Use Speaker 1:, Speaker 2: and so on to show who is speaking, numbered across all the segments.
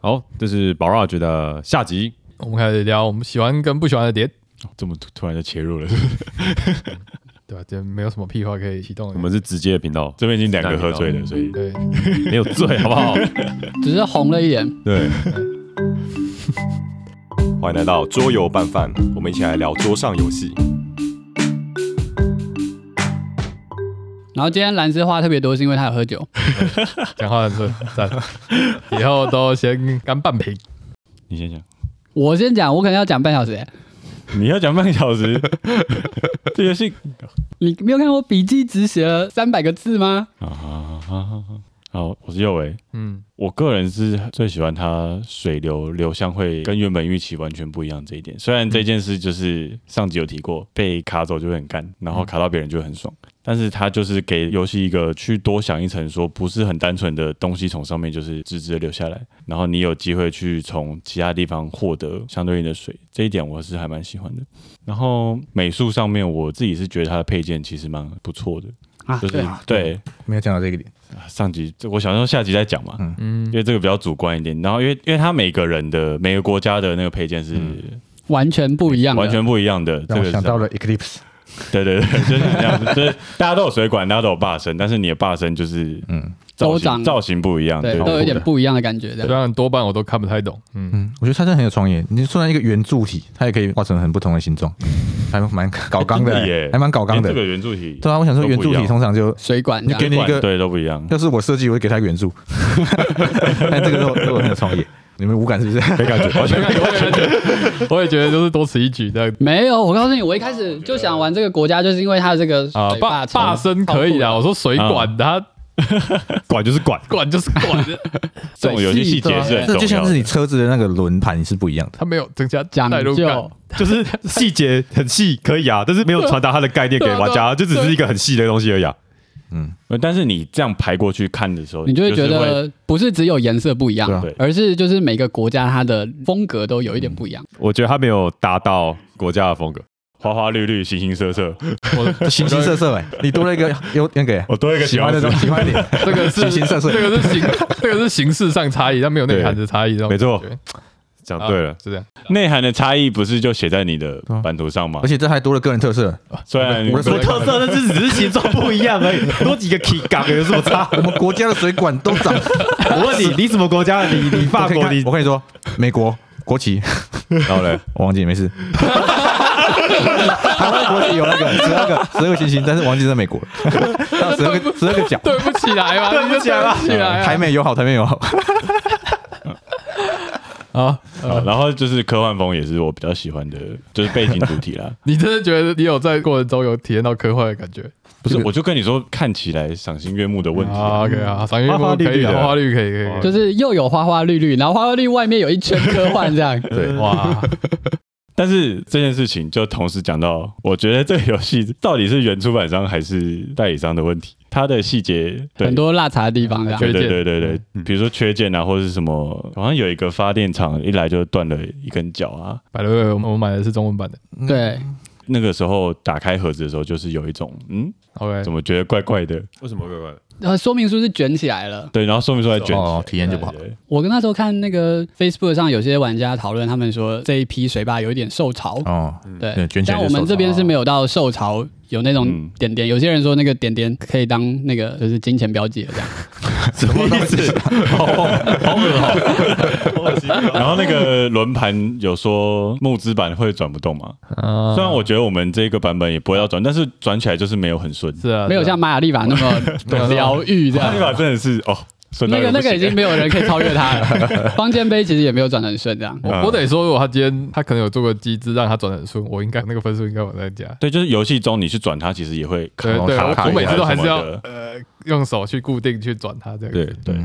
Speaker 1: 好，这是宝拉觉得下集
Speaker 2: 我们开始聊我们喜欢跟不喜欢的点，
Speaker 1: 哦这么突突然就切入了，
Speaker 2: 对吧、这没有什么屁话可以启动的。
Speaker 1: 我们是直接的频道，
Speaker 3: 这边已 经两个喝醉了，所以
Speaker 2: 对，
Speaker 1: 没有醉，好不 好？
Speaker 4: 只是红了一点。
Speaker 1: 对，
Speaker 3: 欢迎来到桌游拌饭，我们一起来聊桌上游戏。
Speaker 4: 然后今天兰芝话特别多，是因为他有喝酒。
Speaker 2: 讲话很顺，赞。以后都先干半瓶，
Speaker 1: 你先讲，
Speaker 4: 我先讲，我可能要讲半小时、欸。
Speaker 1: 你要讲半个小 时，这游 戏
Speaker 4: 你没有看我笔记只写了三百个字吗？
Speaker 1: 啊啊啊啊！好，我是右维，
Speaker 2: 嗯，
Speaker 1: 我个人是最喜欢它水流流向会跟原本预期完全不一样这一点。虽然这
Speaker 4: 嗯
Speaker 1: 件事就是上集有提过，被卡走就会很干，然后
Speaker 4: 嗯
Speaker 1: 卡到别人就会很爽，但是它就是给游戏一个去多想一层，说不是很单纯的东西从上面就是直直的流下来，然后你有机会去从其他地方获得相对应的水，这一点我是还蛮喜欢的。然后美术上面，我自己是觉得它的配件其实蛮不错的，
Speaker 4: 啊，
Speaker 1: 就是
Speaker 4: 对啊，
Speaker 1: 对
Speaker 5: 没有讲到这个点，
Speaker 1: 上集，这我想说下集再讲嘛，
Speaker 2: 嗯
Speaker 1: 因为这个比较主观一点。然后因为因为它每个人的每个国家的那个配件是
Speaker 4: 完全不一样的，
Speaker 1: 完全不一样的，这
Speaker 5: 让我
Speaker 1: 个是
Speaker 5: 想到了 Eclipse。
Speaker 1: 对对对，就是这样子，就是大家都有水管，大家都有把身，但是你的把身就是
Speaker 5: 嗯
Speaker 1: 造
Speaker 4: 都长
Speaker 1: 型造型不一样，
Speaker 4: 对，
Speaker 1: 对
Speaker 4: 都有一点不一样的感觉。这
Speaker 2: 虽
Speaker 4: 样，
Speaker 2: 然多半我都看不太懂，嗯，
Speaker 5: 嗯，我觉得它真的很有创意。你突然一个圆柱体，它也可以画成很不同的形 状，还蛮搞刚
Speaker 1: 真的
Speaker 5: 的
Speaker 1: 哎耶，
Speaker 5: 还蛮搞刚
Speaker 1: 连
Speaker 5: 的
Speaker 1: 这。个圆柱体
Speaker 5: 对啊，我想说圆柱
Speaker 1: 都不一
Speaker 5: 体
Speaker 1: 样
Speaker 5: 通常就，
Speaker 4: 水管这
Speaker 5: 你就给
Speaker 4: 样，
Speaker 5: 你一个
Speaker 1: 对都不一样，
Speaker 5: 要是我设计，我会给 它圆柱。但这个都都很有创意，你们无感是不是？
Speaker 1: 没感觉，完全没有。
Speaker 2: 我也觉得就是多此一举的
Speaker 4: 没有，我告诉你，我一开始就想玩这个国家，就是因为它的这个
Speaker 2: 啊
Speaker 4: 水，
Speaker 2: 霸
Speaker 4: 坝坝
Speaker 2: 霸声可以啊，我说水管它
Speaker 1: 管就是 管，
Speaker 2: 管就是管的，
Speaker 1: 这种游戏细节是很
Speaker 5: 这就
Speaker 1: 重要
Speaker 5: 像是
Speaker 1: 的
Speaker 5: 你。车子的那个轮盘是不一样 的。
Speaker 2: 它没有增加
Speaker 4: 讲
Speaker 2: 代入感
Speaker 4: 究。，
Speaker 3: 就是细节很细，可以啊，但是没有传达它的概念给玩
Speaker 2: 对啊
Speaker 3: 家，就只是一个很细的东西而已啊。
Speaker 1: 但是你这样排过去看的时候，
Speaker 4: 你就会觉
Speaker 1: 是
Speaker 4: 得不是只有颜色不一样
Speaker 5: 对啊，
Speaker 1: 对
Speaker 4: 而是就是每个国家它的风格都有一点不一样。
Speaker 1: 嗯
Speaker 3: 我觉得它没有达到国家的风格。
Speaker 1: 花花绿绿、形形色色，哦
Speaker 2: 我
Speaker 5: 形形色色哎，你多了一个有那个
Speaker 1: 我多一个
Speaker 5: 喜欢的
Speaker 1: 形
Speaker 5: 东
Speaker 1: 容
Speaker 5: 西，喜欢 的点，
Speaker 2: 这个是
Speaker 5: 形形色色
Speaker 2: 这个是形这个是形式上差异，但没有内涵的差异，这种
Speaker 3: 没错
Speaker 2: 感觉
Speaker 3: 讲对了，
Speaker 2: 就这样。
Speaker 1: 啊内涵的差异不是就写在你的版图上吗
Speaker 5: 而？且这还多了个人特色。
Speaker 1: 虽然
Speaker 5: 我的水
Speaker 3: 特色，但是只是形状不一样而 已，多几个 key 杠有什 么差？
Speaker 5: 我们国家的水管都 长。
Speaker 3: 我问你，你什么国家的？ 你你法
Speaker 5: 我可以
Speaker 3: 国
Speaker 5: 看
Speaker 3: 你
Speaker 5: 我跟你说，美国国旗，
Speaker 3: 然后嘞，
Speaker 5: 我忘记没 事。台湾国旗有那个十二个十二个星星，但是忘记是在美国了，还有十二个十二个角。
Speaker 2: 对不起来嘛，对不起来，起来啊
Speaker 5: 台美友好，台美友好，
Speaker 2: 啊！
Speaker 1: 好呃然后就是科幻风也是我比较喜欢的，就是背景主题啦。
Speaker 2: 你真的觉得你有在过程中有体验到科幻的感觉
Speaker 1: 不是，我就跟你说，看起来赏心悦目的问题。
Speaker 2: 啊？OK 啊，赏月
Speaker 3: 花花
Speaker 2: 可
Speaker 3: 绿
Speaker 2: 以
Speaker 3: 绿
Speaker 2: 啊，
Speaker 3: 的
Speaker 2: 花花绿可以可以可以，
Speaker 4: 就是又有花花绿绿，然后花花绿外面有一圈科幻这样。
Speaker 5: 对，
Speaker 2: 哇，
Speaker 1: 但是这件事情就同时讲到，我觉得这个游戏到底是原出版商还是代理商的问题，它的细节对
Speaker 4: 很。多辣茶的地方这样。
Speaker 1: 对对
Speaker 2: 缺
Speaker 1: 对
Speaker 2: 件
Speaker 1: 对对，比如说缺件啊，或者是什么，好像有一个发电厂一来就断了一根脚啊。
Speaker 2: 百乐我们我买的是中文版的
Speaker 4: 对，
Speaker 1: 那个时候打开盒子的时候，就是有一种嗯，
Speaker 2: ，OK，
Speaker 1: 怎么觉得怪怪的？
Speaker 3: 为什么怪怪的？
Speaker 4: 然呃后说明书是卷起来了。
Speaker 1: 对，然后说明书还卷起来
Speaker 5: 哦体验就不好
Speaker 1: 对对对
Speaker 4: 我跟那时候看那个 Facebook 上有些玩家讨论，他们说这一批水坝有一点受潮。
Speaker 5: 哦，
Speaker 4: 对
Speaker 5: 对，卷起
Speaker 4: 但
Speaker 5: 来就
Speaker 4: 我
Speaker 5: 受
Speaker 4: 们
Speaker 5: 潮
Speaker 4: 这边是没有到受潮，有那种
Speaker 1: 嗯
Speaker 4: 点点。有些人说那个点点可以当那个就是金钱标记了这样。
Speaker 1: 什么意思？好好恶心。然后那个轮盘有说木质版会转不动嘛？
Speaker 5: 嗯
Speaker 2: 啊
Speaker 1: 虽然我觉得我们这个版本也不会要转，但是转起来就是没有很顺。
Speaker 2: 是啊，
Speaker 4: 没有像玛雅丽法那么疗愈这样
Speaker 1: 那。把真的是哦，顺到
Speaker 4: 那个
Speaker 1: 一不
Speaker 4: 那个已
Speaker 1: 行
Speaker 4: 经没有人可以超越它了。方尖碑其实也没有转得很顺这样。
Speaker 2: 我我得说，如果他今天他可能有做过机制让他转得很顺，我应该那个分数应该往在加。
Speaker 1: 对，就是游戏中你去转它，其实也会卡
Speaker 2: 对对，
Speaker 5: 卡
Speaker 2: 我
Speaker 5: 卡
Speaker 2: 我每次都还是要
Speaker 1: 卡卡
Speaker 2: 呃用手去固定去转它这样。
Speaker 3: 对，
Speaker 1: 对，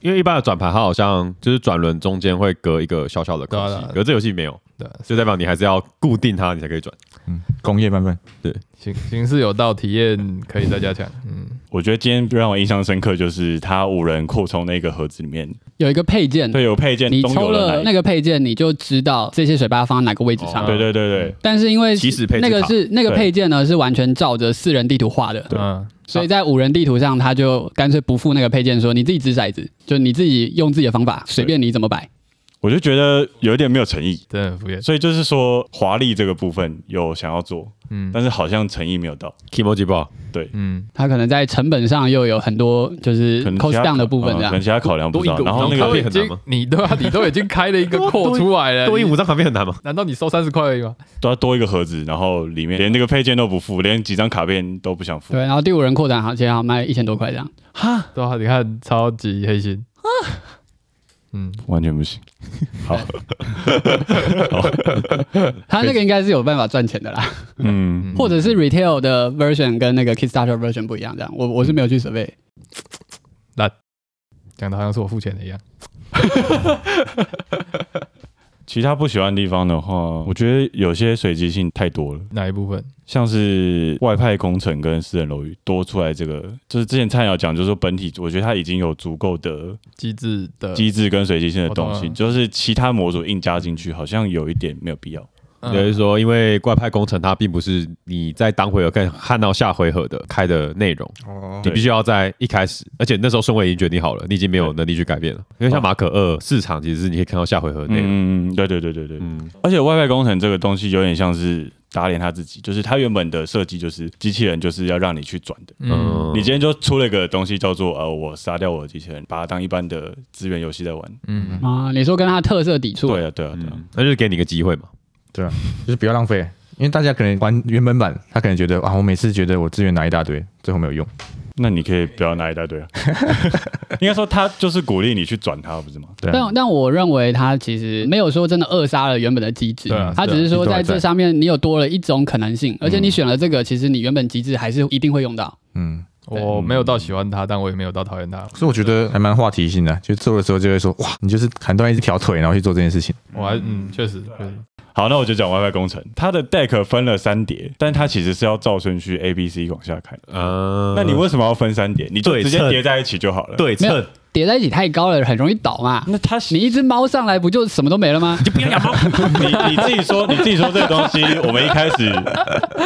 Speaker 3: 因为一般的转盘它好像就是转轮中间会隔一个小小的空
Speaker 2: 对啊对啊
Speaker 3: 隙，可是这游戏没有，
Speaker 2: 对啊
Speaker 3: 就代表你还是要固定它，你才可以转。
Speaker 5: 嗯工业版本，
Speaker 2: 形形式有到，体验可以再加强。嗯，
Speaker 1: 我觉得今天让我印象深刻就是它五人扩充那个盒子里面，
Speaker 4: 有一个配件，
Speaker 1: 对，有配件
Speaker 4: 嗯你
Speaker 1: 中
Speaker 4: 抽
Speaker 1: 有的
Speaker 4: 了
Speaker 1: 哪
Speaker 4: 那
Speaker 1: 一
Speaker 4: 个配件，你就知道这些水坝放在哪个位置上。
Speaker 1: 个，哦对对对对，
Speaker 4: 但是因为
Speaker 3: 起始配置
Speaker 4: 那个
Speaker 3: 卡
Speaker 4: 是那个
Speaker 1: 对
Speaker 4: 配件呢是完全照着四人地图画的，
Speaker 2: 嗯，
Speaker 4: 所以在五人地图上他就干脆不附那个配件说你自己掷骰子，就你自己用自己的方法，随便你怎么摆。
Speaker 1: 我就觉得有一点没有诚意。
Speaker 2: 真的很敷衍。
Speaker 1: 所以就是说，华丽这个部分有想要做，
Speaker 2: 嗯
Speaker 1: 但是好像诚意没有到，
Speaker 3: emoji 不好，
Speaker 2: 嗯，
Speaker 4: 它可能在成本上又有很多就是
Speaker 1: 可能
Speaker 4: cost
Speaker 1: 其他
Speaker 4: down 的部
Speaker 1: 嗯
Speaker 4: 分这
Speaker 1: 可能
Speaker 4: 样。
Speaker 1: 其他考量不到。
Speaker 3: 多一个
Speaker 1: 然后那
Speaker 3: 卡
Speaker 1: 个
Speaker 3: 片
Speaker 2: 已
Speaker 3: 很难
Speaker 2: 经
Speaker 3: 吗
Speaker 2: 你都 啊，你都已经开了一个扣出来了，
Speaker 3: 多印五张卡片很难吗？
Speaker 2: 难道你收三十块而已吗？
Speaker 1: 都要多一个盒子，然后里面连那个配件都不付，连几张卡片都不想付
Speaker 4: 对，。然后第五人扩展行情好像卖一千多块这样，
Speaker 1: 哈，
Speaker 2: 对啊，你看超级黑心。嗯，
Speaker 1: 完全不行。好，
Speaker 4: 它那个应该是有办法赚钱的啦，
Speaker 1: 嗯，
Speaker 4: 或者是 retail 的 version 跟那个 Kickstarter version 不一样这样。
Speaker 1: 嗯
Speaker 4: 我我是没有去 survey，
Speaker 2: 讲的好像是我付钱的一样。
Speaker 1: 其他不喜欢的地方的话，我觉得有些随机性太多了，
Speaker 2: 哪一部分？
Speaker 1: 像是外派工程跟私人楼宇多出来这个，就是之前菜鸟讲，就是说本体，我觉得它已经有足够的
Speaker 2: 机制的
Speaker 1: 机制跟随机性的东
Speaker 2: 我懂
Speaker 1: 西，
Speaker 2: 了
Speaker 1: 就是其他模组硬加进去，好像有一点没有必要。
Speaker 2: 嗯
Speaker 3: 也就是说，因为怪派工程它并不是你在当回合可以看到下回合的开的内容，
Speaker 5: 哦
Speaker 3: 你必须要在一开始，而且那时候顺位已经决定好了，你已经没有能力去改变了。因为像马可二四场，其实是你可以看到下回合的内容。
Speaker 1: 哦嗯，对对对对对，
Speaker 3: 嗯，
Speaker 1: 而且外派工程这个东西有点像是打脸他自己，就是他原本的设计就是机器人就是要让你去转的。
Speaker 2: 嗯
Speaker 1: 你今天就出了一个东西叫做呃，我杀掉我的机器人，把它当一般的资源游戏在玩。
Speaker 2: 嗯，
Speaker 4: 啊，你说跟它特色抵触？
Speaker 1: 对啊，对啊，对啊。
Speaker 3: 嗯，那就是给你一个机会嘛。
Speaker 5: 就是不要浪费，因为大家可能玩原本版，他可能觉得啊，我每次觉得我资源拿一大堆，最后没有用。
Speaker 1: 那你可以不要拿一大堆啊。 应该说他就是鼓励你去转它，不是吗？
Speaker 5: 对啊，
Speaker 4: 但但我认为它其实没有说真的扼杀了原本的机制
Speaker 2: 对啊，
Speaker 4: 它只是说在这上面你有多了一种可能性，而且你选了这个，其实你原本机制还是一定会用到。
Speaker 5: 嗯，
Speaker 2: 我没有到喜欢他，但我也没有到讨厌他。
Speaker 5: 所以我觉得还蛮话题性的，就做的时候就会说哇，你就是砍断一条腿，然后去做这件事情。
Speaker 2: 我还嗯，确实，确实
Speaker 1: 好，那我就讲 WiFi 工程，它的 deck 分了三叠，但它其实是要照顺序 A、B、C 往下开。
Speaker 3: 嗯，
Speaker 1: 啊那你为什么要分三叠？你就
Speaker 3: 对
Speaker 1: 直接
Speaker 3: 称
Speaker 1: 叠在一起就好了。，
Speaker 3: 对
Speaker 4: 没有叠在一起太高了，很容易倒嘛。
Speaker 1: 那它
Speaker 4: 你一只猫上来不就什么都没了吗？
Speaker 1: 你你自己说，你自己说这个东西，我们一开始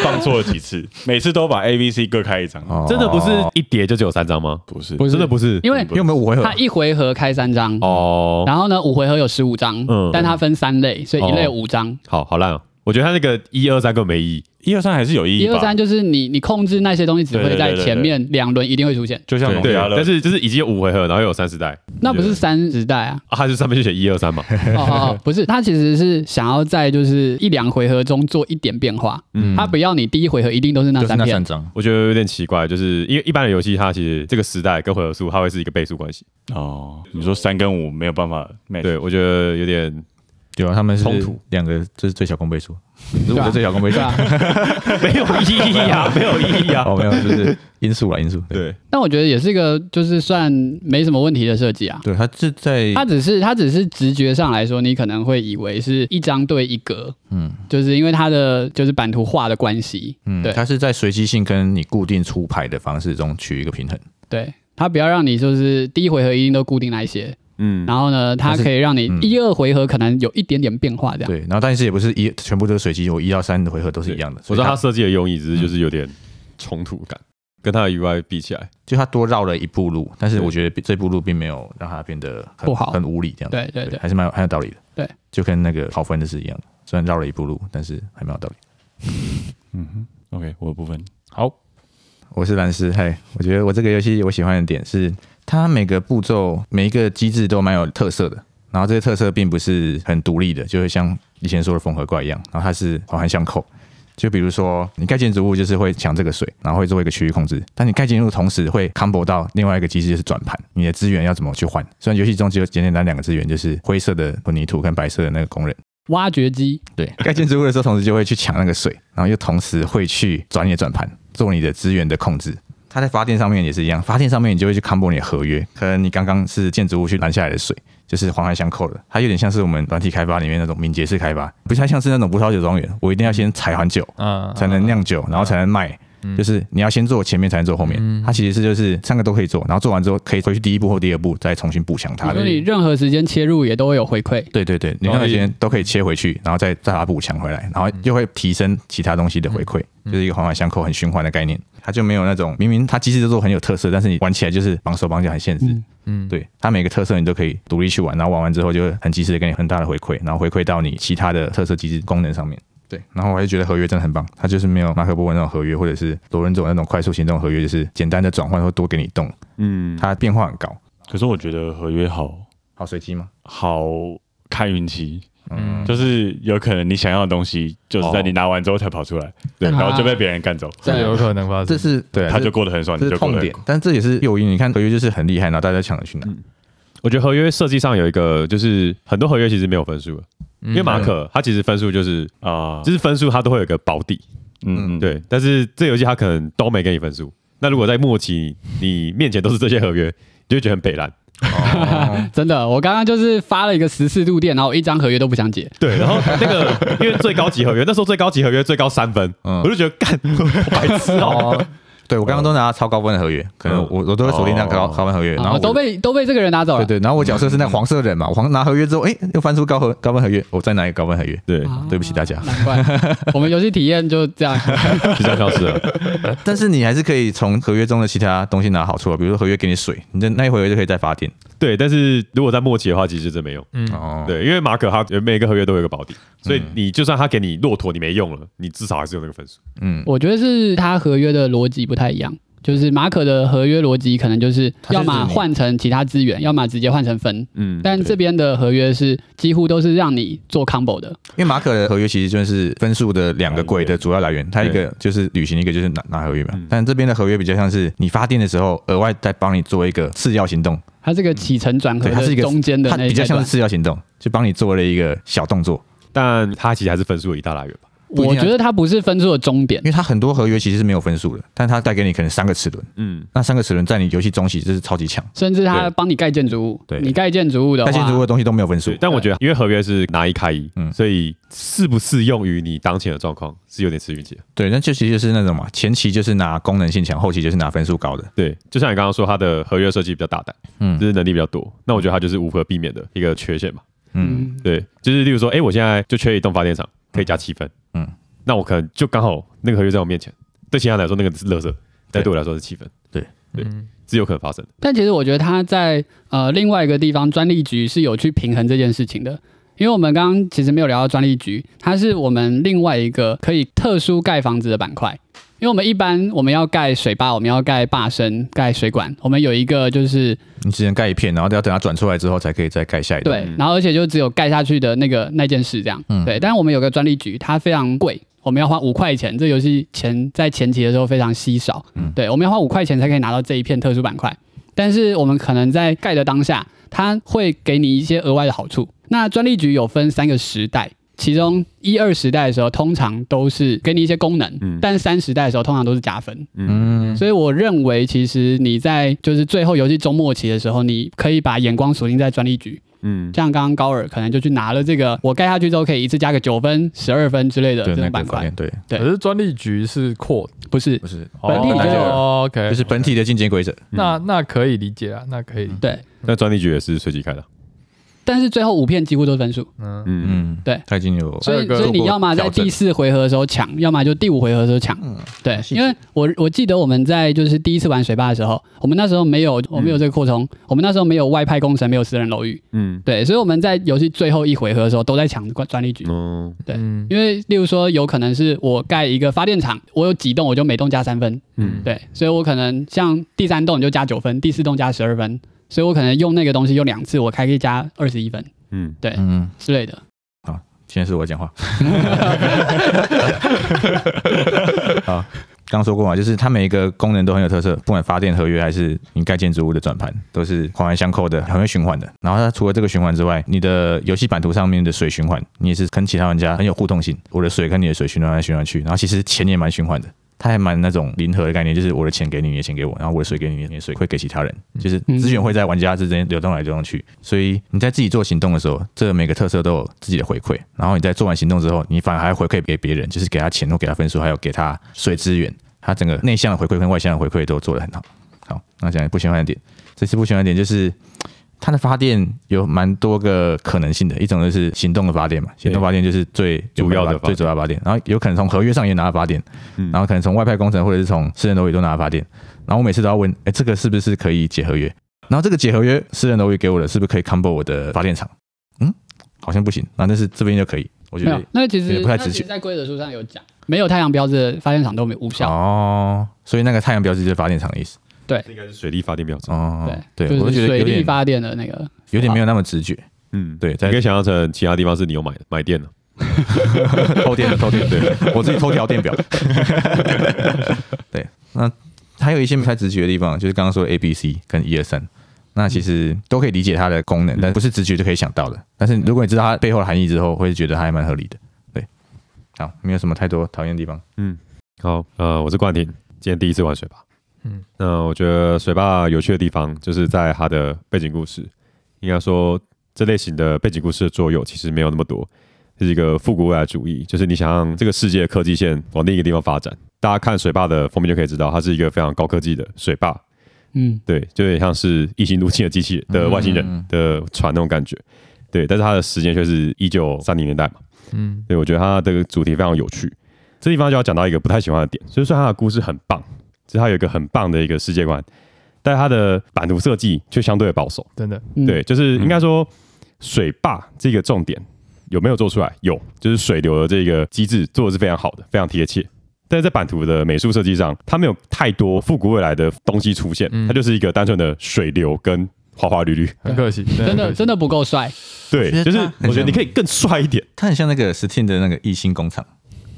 Speaker 1: 放错了几次，每次都把 A、B、C 各开一张，
Speaker 5: 哦，
Speaker 3: 真的不是一叠就只有三张吗？
Speaker 1: 不是？
Speaker 4: 不是
Speaker 3: 真的不是
Speaker 4: 因为
Speaker 5: 因为我们五回合
Speaker 4: 它一回合开三张，
Speaker 3: 哦。
Speaker 4: 然后呢五回合有十五张
Speaker 3: 嗯，
Speaker 4: 但它分三类，所以一类有
Speaker 3: 哦
Speaker 4: 五张。
Speaker 3: 好好烂哦，我觉得他那个一二三根本没意义。
Speaker 1: 一二三还是有意
Speaker 4: 一
Speaker 1: 义吧？
Speaker 4: 二三就是你你控制那些东西只
Speaker 1: 对
Speaker 4: 会
Speaker 1: 对
Speaker 4: 在
Speaker 1: 对对
Speaker 4: 前
Speaker 1: 对
Speaker 4: 面两轮一定会出现，
Speaker 1: 就像农
Speaker 3: 对，
Speaker 1: 家乐，
Speaker 3: 但是就是已经有五回合，然后又有三十代，
Speaker 4: 那不是三十代啊。
Speaker 3: 啊，他就上面就写一二三嘛。
Speaker 4: 哦哦，哦，不是，他其实是想要在就是一两回合中做一点变化，
Speaker 3: 嗯
Speaker 4: 他不要你第一回合一定都是那
Speaker 5: 就是
Speaker 4: 三
Speaker 5: 那
Speaker 4: 片
Speaker 5: 三，张，
Speaker 3: 我觉得有点奇怪，就是因为一般的游戏，它其实这个时代跟回合数，它会是一个倍数关系。
Speaker 1: 哦，你说三跟五没有办法 match，
Speaker 3: 对，我觉得有点
Speaker 5: 对啊，他们是
Speaker 3: 冲突
Speaker 5: 两个，这是最小公倍数，如
Speaker 4: 对啊
Speaker 5: 果最小公倍数
Speaker 4: 对，啊。
Speaker 3: 没有意义 啊，没有意义啊。
Speaker 5: 哦，没有，就是因素啦，因素。对
Speaker 3: 对，
Speaker 4: 但我觉得也是一个就是算没什么问题的设计啊。
Speaker 5: 对，他是在
Speaker 4: 它只是它只是直觉上来说，你可能会以为是一张对一格，
Speaker 5: 嗯
Speaker 4: 就是因为它的就是版图画的关系，
Speaker 5: 嗯，
Speaker 4: 对
Speaker 5: 它是在随机性跟你固定出牌的方式中取一个平衡。
Speaker 4: 对。它不要让你就是第一回合一定都固定那一些，
Speaker 3: 嗯，
Speaker 4: 然后呢，它
Speaker 5: 但是
Speaker 4: 可以让你
Speaker 5: 嗯
Speaker 4: 一二回合可能有一点点变化这样。
Speaker 5: 对，然后但是也不是一全部都是随机，我一到三的回合都是一样的。
Speaker 3: 我
Speaker 5: 所
Speaker 3: 知道
Speaker 5: 以
Speaker 3: 它
Speaker 5: 它
Speaker 3: 设计的用意，只是就是有点冲突感，跟它的 UI 比起来，
Speaker 5: 就他多绕了一步路，但是
Speaker 3: 对
Speaker 5: 我觉得这步路并没有让它变得很
Speaker 4: 不好
Speaker 5: 很无理这样子。
Speaker 4: 对对对
Speaker 5: 还是蛮有很有道理的。
Speaker 4: 对，
Speaker 5: 就跟那个跑分的是一样的，虽然绕了一步路，但是还蛮有道理。
Speaker 1: 嗯哼，OK，我的部分
Speaker 2: 好，
Speaker 5: 我是蓝斯，嘿，我觉得我这个游戏我喜欢的点是，它每个步骤、每一个机制都蛮有特色的。然后这些特色并不是很独立的，就会像以前说的缝合怪一样，然后它是环环相扣。就比如说，你盖建筑物就是会抢这个水，然后会做一个区域控制。但你盖建筑物同时会 combo 到另外一个机制，就是转盘，你的资源要怎么去换？虽然游戏中只有简简单单两个资源，就是灰色的混凝土跟白色的那个工人。
Speaker 4: 挖掘机
Speaker 5: 对，盖建筑物的时候，同时就会去抢那个水，然后又同时会去转你的转盘，做你的资源的控制。它在发电上面也是一样，发电上面你就会去 combo 你的合约，可能你刚刚是建筑物去拦下来的水，就是环环相扣的。它有点像是我们软体开发里面那种敏捷式开发，不太像是那种葡萄酒庄园，我一定要先采环酒，
Speaker 2: 嗯，
Speaker 5: 才能酿酒，然后才能卖。就是你要先做前面，才能做后面。它其实是就是三个都可以做，然后做完之后可以回去第一步或第二步，再重新补强它
Speaker 4: 你
Speaker 5: 的
Speaker 4: 说。你任何时间切入也都会有回馈，
Speaker 5: 对对对，你看
Speaker 2: 哦
Speaker 5: 那
Speaker 2: 也
Speaker 5: 些都可以切回去，然后再再把它补强回来，然后就会提升其他东西的回馈，就是一个环环相扣、很循环的概念。它就没有那种明明它机制都做很有特色，但是你玩起来就是绑手绑脚、很限制。
Speaker 2: 嗯，
Speaker 5: 对它每个特色你都可以独立去玩，然后玩完之后就会很及时的给你很大的回馈，然后回馈到你其他的特色机制功能上面。对，然后我还是觉得合约真的很棒，它就是没有马可波罗那种合约，或者是罗伦佐那种快速行动合约，就是简单的转换或多给你动，
Speaker 3: 嗯，
Speaker 5: 它变化很高。
Speaker 1: 可是我觉得合约好
Speaker 5: 好随机吗？
Speaker 1: 好看运气，
Speaker 2: 嗯
Speaker 1: 啊就是有可能你想要的东西，就是
Speaker 3: 哦
Speaker 1: 在你拿完之后才跑出来，
Speaker 4: 啊
Speaker 3: 对
Speaker 1: 然后就被别人干走，
Speaker 2: 这
Speaker 4: 对
Speaker 2: 有可能发生。
Speaker 5: 这是对啊，
Speaker 1: 他就
Speaker 5: 这
Speaker 1: 过得很爽，
Speaker 5: 这
Speaker 1: 你
Speaker 5: 是
Speaker 1: 就过
Speaker 5: 痛
Speaker 1: 得很
Speaker 5: 点，但这也是诱因。你看合约就是很厉害，然后大家抢着去拿。
Speaker 4: 嗯
Speaker 3: 我觉得合约设计上有一个，就是很多合约其实没有分数的，
Speaker 2: 因
Speaker 3: 因为马可它其实分数就是
Speaker 1: 啊
Speaker 3: 就，是分数它都会有一个保底，
Speaker 1: 嗯嗯，
Speaker 3: 对，但是这游戏它可能都没给你分数。那如果在末期你面前都是这些合约，你就会觉得很北蓝。
Speaker 4: 真的，我刚刚就是发了一个十四度电，然后我一张合约都不想解，
Speaker 3: 对，然后那个因为最高级合约，那时候最高级合约最高三分，
Speaker 5: 嗯
Speaker 3: 我就觉得干我白痴哦、
Speaker 5: 对我刚刚都拿超高分的合约，可能
Speaker 3: 嗯
Speaker 5: 我我都会锁定那高
Speaker 3: 哦
Speaker 5: 高分合约，然
Speaker 4: 啊，
Speaker 5: 后
Speaker 4: 我
Speaker 5: 我
Speaker 4: 都被都被这个人拿走
Speaker 5: 对
Speaker 4: 了。
Speaker 5: 对，然后我角色是那黄色人嘛，我黄拿合约之后，哎，又翻出高合高分合约，我再拿一个高分合约。
Speaker 3: 对，
Speaker 4: 啊
Speaker 5: 对不起大家
Speaker 4: 难怪我们游戏体验就这样。
Speaker 3: 就这样消失了。
Speaker 5: 但是你还是可以从合约中的其他东西拿好处啊，比如说合约给你水，你的那一回合就可以再发电。
Speaker 3: 对，但是如果在末期的话，其实真没用。
Speaker 2: 嗯，
Speaker 5: 哦，
Speaker 3: 对，因为马可他每个合约都有一个保底，所以你就算他给你骆驼，你没用了，你至少还是有那个分数。
Speaker 5: 嗯，
Speaker 4: 我觉得是他合约的逻辑不太一样，就是马可的合约逻辑可能就是
Speaker 5: 他就是
Speaker 4: 要么
Speaker 5: 你
Speaker 4: 换成其他资源，要么直接换成分。
Speaker 3: 嗯，
Speaker 4: 但这边的合约是几乎都是让你做 combo 的，
Speaker 5: 因为马可的合约其实就是分数的两个柜的主要来源，它一个就是旅行，一个就是拿拿合约嘛
Speaker 3: 嗯。
Speaker 5: 但这边的合约比较像是你发电的时候，额外再帮你做一个次要行动，
Speaker 4: 它这个起承转合
Speaker 5: 嗯对它是
Speaker 4: 的
Speaker 5: 一个
Speaker 4: 中间的
Speaker 5: 它
Speaker 4: 那一
Speaker 5: 比较像
Speaker 4: 段
Speaker 5: 是，次要行动，就帮你做了一个小动作。
Speaker 3: 但他其实还是分数的一大来源吧。
Speaker 5: 不一定
Speaker 4: 我
Speaker 5: 啊
Speaker 4: 觉得它不是分数的终点
Speaker 5: 因。为它很多合约其实是没有分数的，但它带给你可能三个齿轮，
Speaker 3: 嗯，
Speaker 5: 那三个齿轮在你游戏中期就是超级强，
Speaker 4: 甚至他
Speaker 3: 对
Speaker 4: 帮你盖建筑物
Speaker 5: 对，
Speaker 4: 你盖建筑物的话，
Speaker 5: 但建筑物的东西都没有分数
Speaker 3: 对，。但我觉得因为合约是拿一开一，
Speaker 5: 嗯
Speaker 3: 所以适不适用于你当前的状况是有点吃运气的。
Speaker 5: 对，那就其实就是那种嘛，前期就是拿功能性强，后期就是拿分数高的。
Speaker 3: 对，就像你刚刚说，他的合约设计比较大胆，
Speaker 5: 嗯
Speaker 3: 就是能力比较多。那我觉得他就是无可避免的一个缺陷嘛。
Speaker 5: 嗯，
Speaker 4: 嗯，
Speaker 3: 对，就是例如说，哎、我现在就缺一栋发电厂，可以加七分，
Speaker 5: 嗯
Speaker 3: 嗯，那我可能就刚好那个合约在我面前，对其他人来说那个是垃圾，但对我来说是七分，对
Speaker 2: 嗯
Speaker 3: 是有可能发生的。
Speaker 4: 但其实我觉得他在呃另外一个地方，专利局是有去平衡这件事情的。因为我们刚刚其实没有聊到专利局，它是我们另外一个可以特殊盖房子的板块。因为我们一般我们要盖水坝，我们要盖坝身、盖水管，我们有一个就是
Speaker 5: 你只能盖一片，然后要等它转出来之后才可以再盖下一段。
Speaker 4: 对，然后而且就只有盖下去的那个那件事这样。
Speaker 5: 嗯
Speaker 4: 对，但是我们有个专利局，它非常贵，我们要花五块钱，这游戏钱在前期的时候非常稀少，
Speaker 5: 嗯
Speaker 4: 对，我们要花五块钱才可以拿到这一片特殊板块。但是我们可能在盖的当下，它会给你一些额外的好处。那专利局有分三个时代。其中一二时代的时候，通常都是给你一些功能，
Speaker 3: 嗯
Speaker 4: 但三时代的时候通常都是加分。
Speaker 5: 嗯，
Speaker 4: 所以我认为，其实你在就是最后游戏中末期的时候，你可以把眼光锁定在专利局，
Speaker 3: 嗯，
Speaker 4: 像刚刚高尔可能就去拿了这个，我盖下去之后可以一次加个九分、十二分之类的
Speaker 5: 对，
Speaker 4: 这种
Speaker 5: 那个
Speaker 4: 板
Speaker 5: 反
Speaker 4: 块
Speaker 5: 面，对，
Speaker 4: 对
Speaker 2: 可是专利局是扩，
Speaker 4: 不是
Speaker 5: 不是，
Speaker 4: 本地
Speaker 2: 哦
Speaker 4: 比较
Speaker 2: 哦
Speaker 4: 哎
Speaker 2: OK，
Speaker 5: 就是本体的进阶规则。
Speaker 4: 嗯
Speaker 2: 那那可以理解啊，那可以理解，
Speaker 4: 对，
Speaker 3: 那专利局也是随机开的，啊
Speaker 4: 但是最后五片几乎都是分数，
Speaker 2: 嗯，
Speaker 3: 嗯，
Speaker 5: 嗯，
Speaker 4: 对
Speaker 5: 它已经有
Speaker 4: 所
Speaker 2: 还有
Speaker 4: 以
Speaker 2: 一个
Speaker 4: 所以你要么在第四回合的时候抢，要么就第五回合的时候抢，
Speaker 2: 嗯
Speaker 4: 对，
Speaker 5: 细节
Speaker 4: 因为我我记得我们在就是第一次玩水坝的时候，我们那时候没有
Speaker 2: 嗯
Speaker 4: 我们有这个扩充，我们那时候没有外派工程，没有私人楼宇，
Speaker 3: 嗯
Speaker 4: 对，所以我们在游戏最后一回合的时候都在抢专利局。
Speaker 3: 嗯，
Speaker 4: 对
Speaker 2: 嗯
Speaker 4: 因为，例如说，有可能是我盖一个发电厂，我有几栋，我就每栋加三分，
Speaker 3: 嗯，
Speaker 4: 对，所以我可能像第三栋就加九分，第四栋加十二分，所以我可能用那个东西用两次，我还可以加二十一分
Speaker 3: 嗯，
Speaker 5: 嗯，
Speaker 4: 之类的。
Speaker 5: 现在是我讲话。好，刚说过嘛，就是它每一个功能都很有特色，不管发电合约还是你盖建筑物的转盘，都是环环相扣的，很会循环的。然后它除了这个循环之外，你的游戏版图上面的水循环，你也是跟其他玩家很有互动性。我的水跟你的水循环来循环去，然后其实钱也蛮循环的。它还蛮那种零和的概念，就是我的钱给你，你的钱给我，然后我的水给你，你的水会给其他人，就是资源会在玩家之间流动来流动去。所以你在自己做行动的时候，这每个特色都有自己的回馈。然后你在做完行动之后，你反而还回馈给别人，就是给他钱或给他分数，还有给他水资源。他整个内向的回馈跟外向的回馈都做得很好。好，那讲不喜欢的点，这次不喜欢的点就是它的发电有蛮多个可能性的，一种就是行动的发电嘛，行动发电就是最
Speaker 3: 主要的
Speaker 5: 有
Speaker 3: 发电
Speaker 5: 最主要的发电，然后有可能从合约上也拿到发电，
Speaker 3: 嗯
Speaker 5: 然后可能从外派工程或者是从私人楼宇都拿到发电，然后我每次都要问，哎，这个是不是可以解合约？然后这个解合约私人楼宇给我的，是不是可以 combo 我的发电厂？嗯，好像不行。那但是这边就可以，我觉
Speaker 4: 没有
Speaker 5: 得，
Speaker 4: 那个其实
Speaker 5: 也不太
Speaker 4: 那
Speaker 5: 直
Speaker 4: 其实
Speaker 5: 接
Speaker 4: 在规则书上有讲，没有太阳标志的发电厂都没无效。
Speaker 5: 哦，所以那个太阳标志就是发电厂的意思。
Speaker 3: 这应该是水力发电表。
Speaker 5: 哦，对，
Speaker 4: 就
Speaker 5: 我就是觉得
Speaker 4: 水
Speaker 5: 有
Speaker 4: 力
Speaker 5: 点
Speaker 4: 发电的那个，
Speaker 5: 有点没有那么直觉。
Speaker 3: 嗯，
Speaker 5: 对，
Speaker 3: 你可
Speaker 5: 在
Speaker 3: 以想象成其他地方是你有买买电的，
Speaker 5: 偷电偷电，对我自己偷调电表。 对，那还有一些不太直觉的地方，就是刚刚说的 A、B、C 跟一二三。那其实都可以理解它的功能，但不是直觉就可以想到的。但是如果你知道它背后的含义之后，会觉得它还蛮合理的。对，好，没有什么太多讨厌的地方。
Speaker 3: 好，呃，我是冠廷，今天第一次玩水坝。嗯
Speaker 2: 嗯，
Speaker 3: 那我觉得水坝有趣的地方就是在它的背景故事，应该说这类型的背景故事的作用其实没有那么多，是一个复古未来主义，就是你想让这个世界的科技线往另一个地方发展。大家看水坝的封面就可以知道，它是一个非常高科技的水坝，
Speaker 4: 嗯，
Speaker 3: 对，就有点像是异星入侵的机器人的外星
Speaker 5: 嗯
Speaker 3: 人的船那种感觉。对，但是它的时间却是一九三零年代嘛。
Speaker 2: 嗯，
Speaker 3: 对，我觉得它这个主题非常有趣。这地方就要讲到一个不太喜欢的点，就是说它的故事很棒，就是它有一个很棒的一个世界观，但它的版图设计却相对的保守。
Speaker 2: 真的，
Speaker 4: 嗯
Speaker 3: 对，，就是应该说水坝这个重点有没有做出来？有，就是水流的这个机制做的是非常好的，非常贴切。但是在版图的美术设计上，它没有太多复古未来的东西出现，
Speaker 2: 嗯
Speaker 3: 它就是一个单纯的水流跟花花绿绿。
Speaker 2: 很可惜，
Speaker 4: 真
Speaker 2: 真
Speaker 4: 的真
Speaker 2: 的
Speaker 4: 的不够帅。
Speaker 3: 对
Speaker 5: 其，实
Speaker 3: 就是
Speaker 5: 它很
Speaker 3: 我觉得
Speaker 5: 像
Speaker 3: 你可以更帅一点。
Speaker 5: 它很像那个 Steam 的那个异星工厂，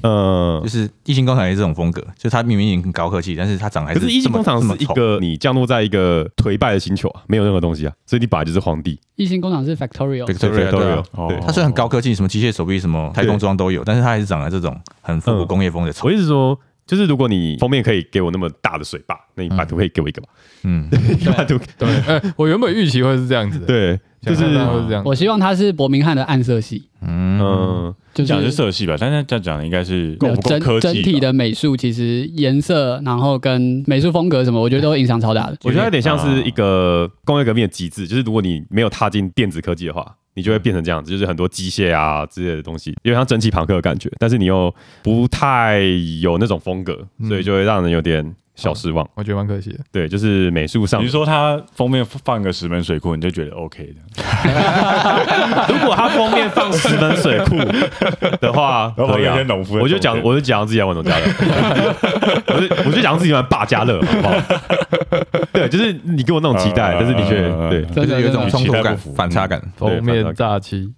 Speaker 3: 呃
Speaker 5: 就，是异星工厂也是这种风格，就它明明已经很高科技，但是它长得还
Speaker 3: 可是异
Speaker 5: 这
Speaker 3: 星
Speaker 5: 么
Speaker 3: 工厂
Speaker 5: 这么
Speaker 3: 是一
Speaker 5: 丑
Speaker 3: 个你降落在一个颓败的星球啊，没有任何东西啊，所以你本来就是皇帝。
Speaker 4: 异星工厂是 Factorial，
Speaker 5: Victoria
Speaker 3: 都
Speaker 5: 对
Speaker 3: 有
Speaker 5: 啊，
Speaker 1: 哦
Speaker 3: 对，
Speaker 5: 它虽然很高科技，什么机械手臂、什么太空装都有，但是它还是长得这种很复古
Speaker 3: 嗯
Speaker 5: 工业风的丑
Speaker 3: 我。意思是说，就是如果你封面可以给我那么大的水坝，那你版图可以给我一个吧？
Speaker 5: 嗯，
Speaker 3: 版图
Speaker 2: 对。哎，我原本预期会是这样子的，
Speaker 3: 对，就
Speaker 2: 想
Speaker 3: 是
Speaker 2: 象到会是这样，
Speaker 4: 我希望它是伯明翰的暗色系，
Speaker 5: 嗯，
Speaker 3: 嗯，
Speaker 4: 就
Speaker 1: 讲的是
Speaker 4: 是
Speaker 1: 色系吧，但是这样讲的应该是
Speaker 4: 没
Speaker 1: 够
Speaker 4: 有
Speaker 1: 不够
Speaker 4: 整
Speaker 1: 科技吧
Speaker 4: 整体的美术，其实颜色，然后跟美术风格什么，我觉得都影响超大的。
Speaker 3: 我觉得有点像是一个工业革命的极致，就是如果你没有踏进电子科技的话，你就会变成这样子，就是很多机械啊之类的东西，有点像蒸汽朋克的感觉，但是你又不太有那种风格，所以就会让人有点小失望。
Speaker 2: 我觉得蛮可惜的，
Speaker 3: 对，就是美术上
Speaker 1: 比如，说他封面放个石门水库，你就觉得 OK 的。
Speaker 3: 如果它封面 放石门水库的话，
Speaker 1: 然后
Speaker 3: 可以
Speaker 1: 有一
Speaker 3: 啊
Speaker 1: 些农夫。在
Speaker 3: 我就
Speaker 1: 中间
Speaker 3: 讲，我就讲自己玩玩农家乐，我就我就讲自己玩霸家乐，好不好？ 对，就是你给我那种期待，但是你却对。
Speaker 5: 就
Speaker 4: 真的
Speaker 5: 是有一种
Speaker 4: 真的
Speaker 5: 冲突
Speaker 1: 期待
Speaker 5: 感、
Speaker 1: 不符
Speaker 5: 反差感。
Speaker 3: 对
Speaker 2: 封面炸欺，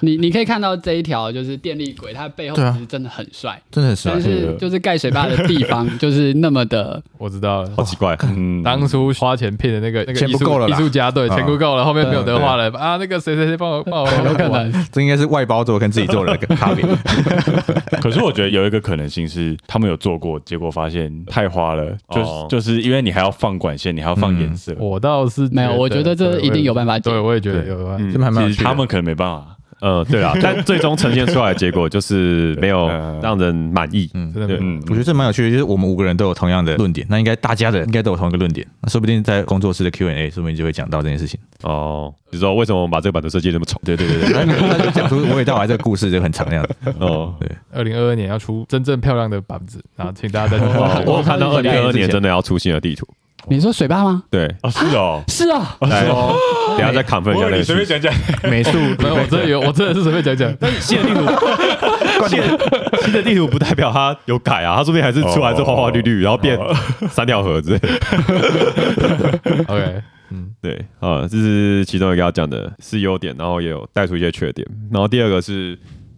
Speaker 4: 你你可以看到这一条就是电力轨，它背后
Speaker 5: 对啊啊
Speaker 4: 其实真的很帅，
Speaker 5: 真的很帅
Speaker 4: 但
Speaker 1: 对
Speaker 4: 是
Speaker 1: 的
Speaker 4: 就是盖水坝的地方就是那么的，
Speaker 2: 我知道了
Speaker 3: 好。奇怪，
Speaker 1: 嗯
Speaker 2: 当初花钱骗的那个那个
Speaker 5: 钱
Speaker 2: 艺
Speaker 5: 不
Speaker 2: 术
Speaker 5: 够了
Speaker 2: 艺
Speaker 5: 啦
Speaker 2: 术家，对，
Speaker 5: 啊
Speaker 2: 钱不够了，后面没有
Speaker 5: 对
Speaker 2: 得花了啊！那个谁谁谁帮我帮我，
Speaker 4: 有可能
Speaker 5: 这应该是外包做跟自己做的 差别。
Speaker 1: 可是我觉得有一个可能性是，他们有做过，结果发现太花了，就是、
Speaker 3: 哦
Speaker 1: 就是因为你还要放管线，你还要放颜色，
Speaker 2: 我倒是
Speaker 4: 没有，我觉得这一定有
Speaker 2: 法。
Speaker 4: 办法解
Speaker 2: 对，。我也觉得
Speaker 5: 对
Speaker 2: 有办法。
Speaker 3: 嗯
Speaker 5: 这还蛮有
Speaker 1: 其
Speaker 5: 趣
Speaker 1: 实
Speaker 5: 的
Speaker 1: 他们可能没办法。
Speaker 3: 呃，对啦，但最终呈现出来的结果 就是没有让人满意。
Speaker 2: 真的
Speaker 3: 对
Speaker 2: 没有，
Speaker 1: 呃嗯，
Speaker 5: 我觉得这蛮有趣的，就是我们五个人都有同样的论点，那应该大家的应该都有同一个论点，那说不定在工作室的 Q&A，说不定就会讲到这件事情。
Speaker 3: 哦，你说为什么我们把这个版图设计得那么丑？
Speaker 1: 对对对对，
Speaker 5: 那就讲出娓娓道来这个故事就很长那样子。
Speaker 3: 哦，
Speaker 2: 二零二二年要出真正漂亮的板子，然后请大家再 去
Speaker 3: 哦
Speaker 2: 花
Speaker 3: 我有
Speaker 2: 钱。
Speaker 3: 看到二零二二年真的要出新的地图。
Speaker 4: 你说水坝吗？
Speaker 3: 对，
Speaker 1: 哦是哦，
Speaker 4: 是啊，
Speaker 3: 来，等一下再 confirm 一下
Speaker 1: 我
Speaker 3: 那
Speaker 1: 以为
Speaker 3: 个
Speaker 1: 你随便
Speaker 3: 事。
Speaker 1: 讲讲，
Speaker 5: 美术，
Speaker 2: 没有，我真的有，我真的是随便讲讲。
Speaker 3: 新的地图，新的新的地图不代表它有改啊，它说不定还是出来是花花绿绿，
Speaker 1: 哦
Speaker 3: 然后变三条河之类的。
Speaker 2: OK，
Speaker 3: 对，啊，这是其中一个要讲的是优点，然后也有带出一些缺点。然后第二个是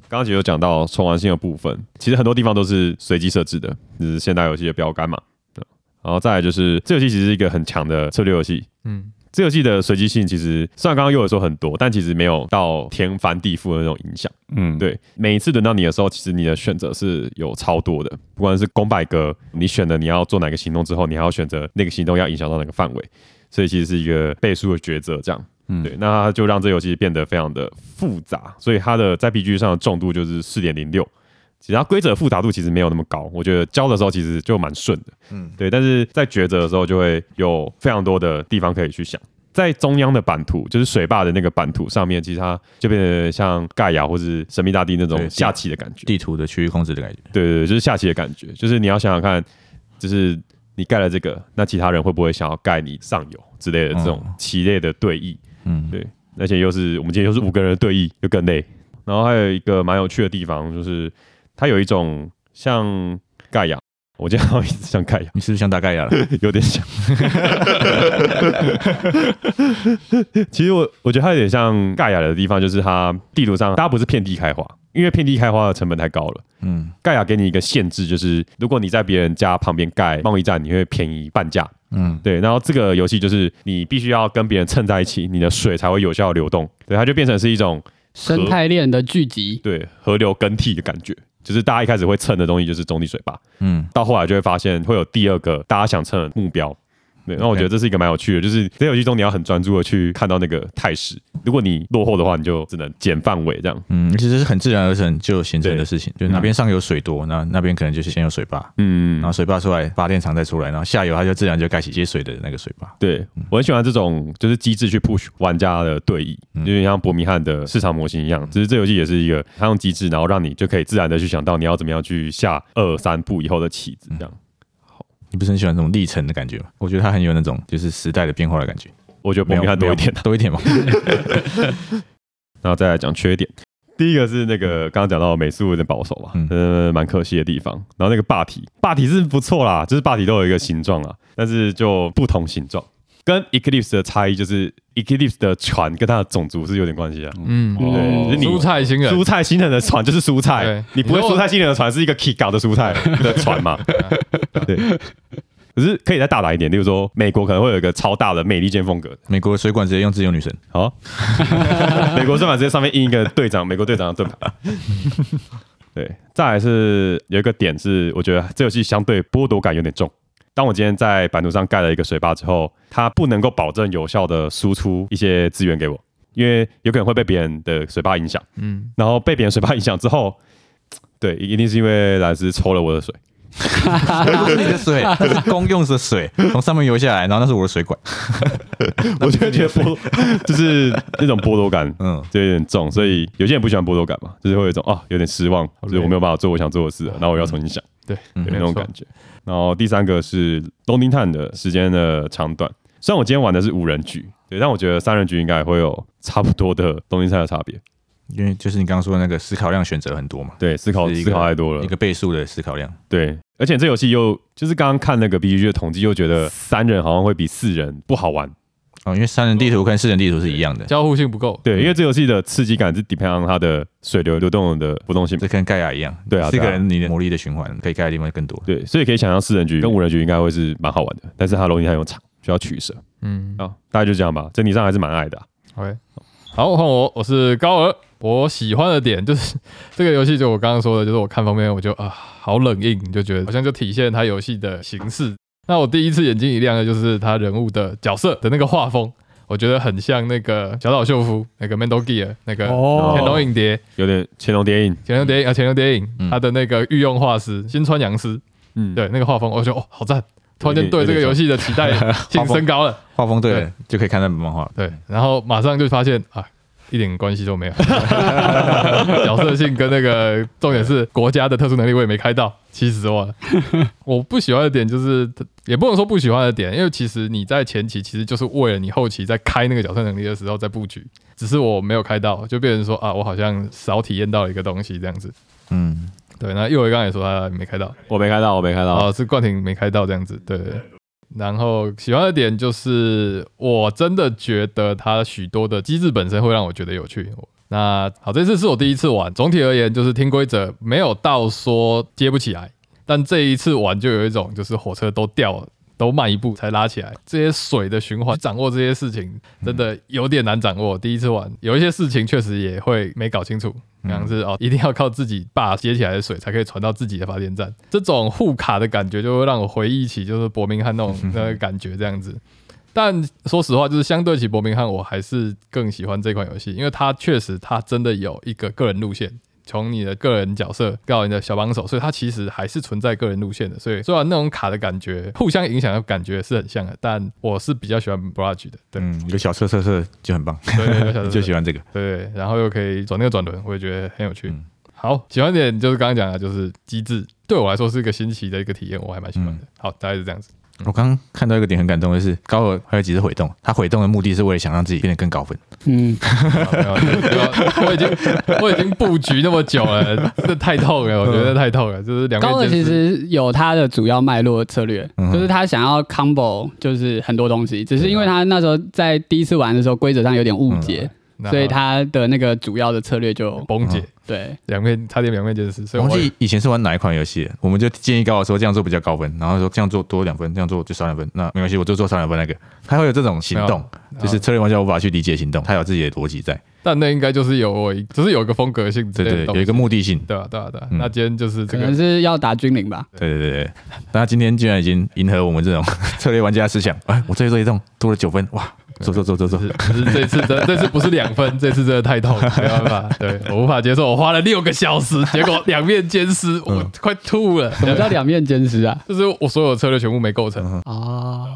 Speaker 3: 刚刚其实有讲到重玩性的部分，其实很多地方都是随机设置的，就是现代游戏的标杆嘛。对然后再来就是这游戏其实是一个很强的策略游戏，
Speaker 2: 嗯，
Speaker 3: 这游戏的随机性其实虽然刚刚又有说很多，但其实没有到天翻地覆的那种影响。
Speaker 1: 嗯，
Speaker 3: 对，每一次轮到你的时候，其实你的选择是有超多的，不管是公百格，你选了你要做哪个行动之后，你还要选择那个行动要影响到哪个范围，所以其实是一个倍数的抉择，这样。
Speaker 1: 嗯
Speaker 3: 对，那它就让这游戏变得非常的复杂，所以它的在 BG 上的重度就是四点零六。其实它规则复杂度其实没有那么高，我觉得教的时候其实就蛮顺的，嗯，对。但是在抉择的时候就会有非常多的地方可以去想。在中央的版图，就是水坝的那个版图上面，其实它就变得像盖亚或是神秘大地那种
Speaker 5: 对
Speaker 3: 下棋的感觉。
Speaker 5: 地图的区域控制的感觉，
Speaker 3: 对对对，就是下棋的感觉，就是你要想想看，就是你盖了这个，那其他人会不会想要盖你上游之类的这种棋类的对弈？
Speaker 5: 嗯，
Speaker 3: 对，而且又是我们今天又是五个人的对弈，又更累。然后还有一个蛮有趣的地方，就是它有一种像盖亚，我今天好像一直像盖亚，
Speaker 5: 你是不是想打盖亚了？
Speaker 3: 有点像。 其实我我觉得它有点像盖亚的地方，就是它地图上大家不是遍地开花，因为遍地开花的成本太高了。
Speaker 5: 嗯
Speaker 3: 盖亚给你一个限制，就是如果你在别人家旁边盖贸易站，你会便宜半价。
Speaker 5: 嗯，
Speaker 3: 对，然后这个游戏就是你必须要跟别人蹭在一起，你的水才会有效流动。对，它就变成是一种
Speaker 4: 生态链的聚集，
Speaker 3: 对河流更替的感觉，就是大家一开始会蹭的东西就是中立水坝，
Speaker 5: 嗯，
Speaker 3: 到后来就会发现会有第二个大家想蹭的目标。对，那我觉得这是一个蛮有趣的，就是在游戏中你要很专注的去看到那个态势，如果你落后的话，你就只能减范围这样。
Speaker 5: 嗯，其实是很自然而然就形成的
Speaker 3: 对
Speaker 5: 事情，就是哪边上游水多，那那边可能就是先有水坝，
Speaker 3: 嗯
Speaker 5: 然后水坝出来，发电厂再出来，然后下游它就自然就盖起接水的那个水坝。
Speaker 3: 对我很喜欢这种就是机制去 push 玩家的对弈，
Speaker 5: 嗯
Speaker 3: 有点像伯明翰的市场模型一样。只是这游戏也是一个它用机制，然后让你就可以自然的去想到你要怎么样去下二三步以后的棋
Speaker 5: 嗯
Speaker 3: 子这样。
Speaker 5: 你不是很喜欢这种历程的感觉吗？我觉得它很有那种就是时代的变化的感觉，
Speaker 3: 我觉得伯明翰多一点啊，
Speaker 5: 多一点嘛。
Speaker 3: 然后再来讲缺点。第一个是那个刚刚讲到美术有点保守吧，
Speaker 5: 嗯
Speaker 3: 呃，蛮可惜的地方。然后那个霸体，霸体是不错啦，就是霸体都有一个形状啦，但是就不同形状。跟 Eclipse 的差异就是 Eclipse 的船跟它的种族是有点关系啊。
Speaker 2: 嗯，
Speaker 1: 哦
Speaker 3: 对，就是你
Speaker 2: 蔬菜新人
Speaker 3: 蔬菜新人的船就是蔬菜
Speaker 2: 对，
Speaker 3: 你不会
Speaker 2: 你说
Speaker 3: 蔬菜新人的船是一个 k i g a 的蔬菜的 船嘛？对。可是可以再大胆一点，例如说美国可能会有一个超大的美利坚风格，
Speaker 5: 美国的水管直接用自由女神，
Speaker 3: 好、 美国盾牌直接上面印一个队长，美国队长的盾牌。对，再来是有一个点是，我觉得这游戏相对剥夺感有点重。当我今天在版图上盖了一个水坝之后，它不能够保证有效的输出一些资源给我，因为有可能会被别人的水坝影响。
Speaker 2: 嗯，
Speaker 3: 然后被别人水坝影响之后，对，一定是因为蓝斯抽了我的水。
Speaker 5: 那个水它是公用的水，从上面游下来，然后那是我的水管。
Speaker 3: 我就觉得剥， 就是那种剥夺感，
Speaker 5: 嗯
Speaker 3: 嗯，就有点重，所以有些人不喜欢剥夺感嘛，就是会有一种啊，有点失望，就是我没有办法做我想做的事了，然后我要重新想，
Speaker 2: 对，
Speaker 5: 嗯
Speaker 3: 有那种
Speaker 2: 没错
Speaker 3: 感觉。然后第三个是东京探的时间的长短，虽然我今天玩的是五人局，对，但我觉得三人局应该会有差不多的东京探的差别。
Speaker 5: 因为就是你刚刚说的那个思考量选择很多嘛，
Speaker 3: 对，思考
Speaker 5: 是一
Speaker 3: 思
Speaker 5: 个
Speaker 3: 考太多了
Speaker 5: 一，个倍数的思考量。
Speaker 3: 对，而且这游戏又就是刚刚看那个 B G 的统计，又觉得三人好像会比四人不好玩。
Speaker 5: 哦，因为三人地图跟四人地图是一样的，
Speaker 2: 交互性不够，
Speaker 3: 对，因为这游戏的刺激感是 depend on 它的水流流动的波动性嘛
Speaker 5: 这。跟盖亚一样。
Speaker 3: 对啊
Speaker 5: 四
Speaker 3: 对啊
Speaker 5: 个人你的魔力的循环可以盖的地方更多。
Speaker 3: 对，所以可以想象四人局跟五人局应该会是蛮好玩的，但是它容易很有场，需要取舍
Speaker 2: 嗯，
Speaker 3: 啊。大概就这样吧，整体上还是蛮爱的啊、
Speaker 2: OK，好，换我，我是高尔。我喜欢的点就是这个游戏，就我刚刚说的，就是我看封面我就啊好冷硬，就觉得好像就体现它游戏的形式。那我第一次眼睛一亮的就是它人物的角色的那个画风，我觉得很像那个小岛秀夫那个 Metal Gear 那个
Speaker 1: 哦
Speaker 2: 潜龙影蝶，
Speaker 3: 有点乾隆谍影，
Speaker 2: 潜龙谍影啊潜龙谍影
Speaker 5: 嗯，
Speaker 2: 它的那个御用画师新川洋司，
Speaker 3: 嗯，
Speaker 2: 对那个画风，我就觉得哦好赞，突然
Speaker 3: 有
Speaker 2: 间
Speaker 3: 点
Speaker 2: 对这个
Speaker 3: 有
Speaker 2: 游戏的期待性升高了。
Speaker 5: 画风对了就可以看到漫画了。
Speaker 2: 对，然后马上就发现啊，一点关系都没有， 角色性跟那个重点是国家的特殊能力我也没开到，气死我了！我不喜欢的点就是，也不能说不喜欢的点，因为其实你在前期其实就是为了你后期在开那个角色能力的时候在布局，只是我没有开到，就变成说啊，我好像少体验到一个东西这样子。
Speaker 5: 嗯，
Speaker 2: 对，那又维刚刚也说他没开到，
Speaker 3: 我没看到，我没看到。
Speaker 2: 哦，是冠廷没开到这样子，对对对。然后喜欢的点就是，我真的觉得它许多的机制本身会让我觉得有趣。那好，这次是我第一次玩，总体而言就是听规则没有到说接不起来，但这一次玩就有一种就是火车都掉了。都慢一步才拉起来，这些水的循环，掌握这些事情真的有点难掌握。第一次玩，有一些事情确实也会没搞清楚，像是哦，一定要靠自己把接起来的水才可以传到自己的发电站，这种互卡的感觉就会让我回忆起就是伯明翰那种那个感觉这样子。但说实话，就是相对起伯明翰，我还是更喜欢这款游戏，因为它确实它真的有一个个人路线，从你的个人角色到你的小帮手，所以它其实还是存在个人路线的。所以虽然那种卡的感觉、互相影响的感觉是很像的，但我是比较喜欢 Brage 的。对，
Speaker 5: 嗯，有小车车车就很棒，
Speaker 2: 对 对对，
Speaker 5: 就喜欢这个。
Speaker 2: 对，然后又可以转那个转轮，我也觉得很有趣。
Speaker 5: 嗯
Speaker 2: 好，喜欢点就是刚刚讲的，就是机制，对我来说是一个新奇的一个体验，我还蛮喜欢的。
Speaker 5: 嗯
Speaker 2: 好，大概是这样子。
Speaker 5: 我刚刚看到一个点很感动的是，高尔还有几次毁动，他毁动的目的是为了想让自己变得更高分。
Speaker 4: 嗯，
Speaker 2: 没有没有我已经我已经布局那么久了，这太痛了，我觉得太痛了，就是两
Speaker 4: 高
Speaker 2: 面
Speaker 4: 二
Speaker 2: 坚
Speaker 4: 其
Speaker 2: 持。
Speaker 4: 实有他的主要脉络策略，
Speaker 5: 嗯哼
Speaker 4: 就是他想要 combo 就是很多东西，只是因为他那时候在第一次玩的时候规则上有点误解，
Speaker 2: 那
Speaker 4: 所以他的那个主要的策略就
Speaker 2: 崩解，
Speaker 5: 嗯
Speaker 4: 对，
Speaker 2: 两面差点两面坚持，所以
Speaker 5: 忘
Speaker 2: 我
Speaker 5: 记以前是玩哪一款游戏了，我们就建议高尔说这样做比较高分，然后说这样做多两分，这样做就少两分。那没关系，我就做少两分那个。他会有这种行动，就是策略玩家无法去理解行动，他有自己的逻辑在。
Speaker 2: 但那应该就是有我一，只是有一个风格性之
Speaker 5: 对
Speaker 2: 类
Speaker 5: 对
Speaker 2: 的
Speaker 5: 对，
Speaker 2: 东
Speaker 5: 有
Speaker 2: 西，
Speaker 5: 一个目的性。
Speaker 2: 对啊对啊对啊。
Speaker 5: 嗯
Speaker 2: 那今天就是这
Speaker 4: 可
Speaker 2: 个
Speaker 4: 能是要打 军领吧。
Speaker 5: 对对对对，那他今天居然已经迎合我们这种 策略玩家的思想，哎，我这一做一动多了九分，哇，走走走走走，
Speaker 2: 只是这次真，这次不是两分，这次真的太痛，了，没办法，对我无法接受，我花了六个小时，结果两面兼施，我快吐了。
Speaker 4: 什么叫两面兼施啊？
Speaker 2: 就是我所有策略全部没构成，
Speaker 4: 哦，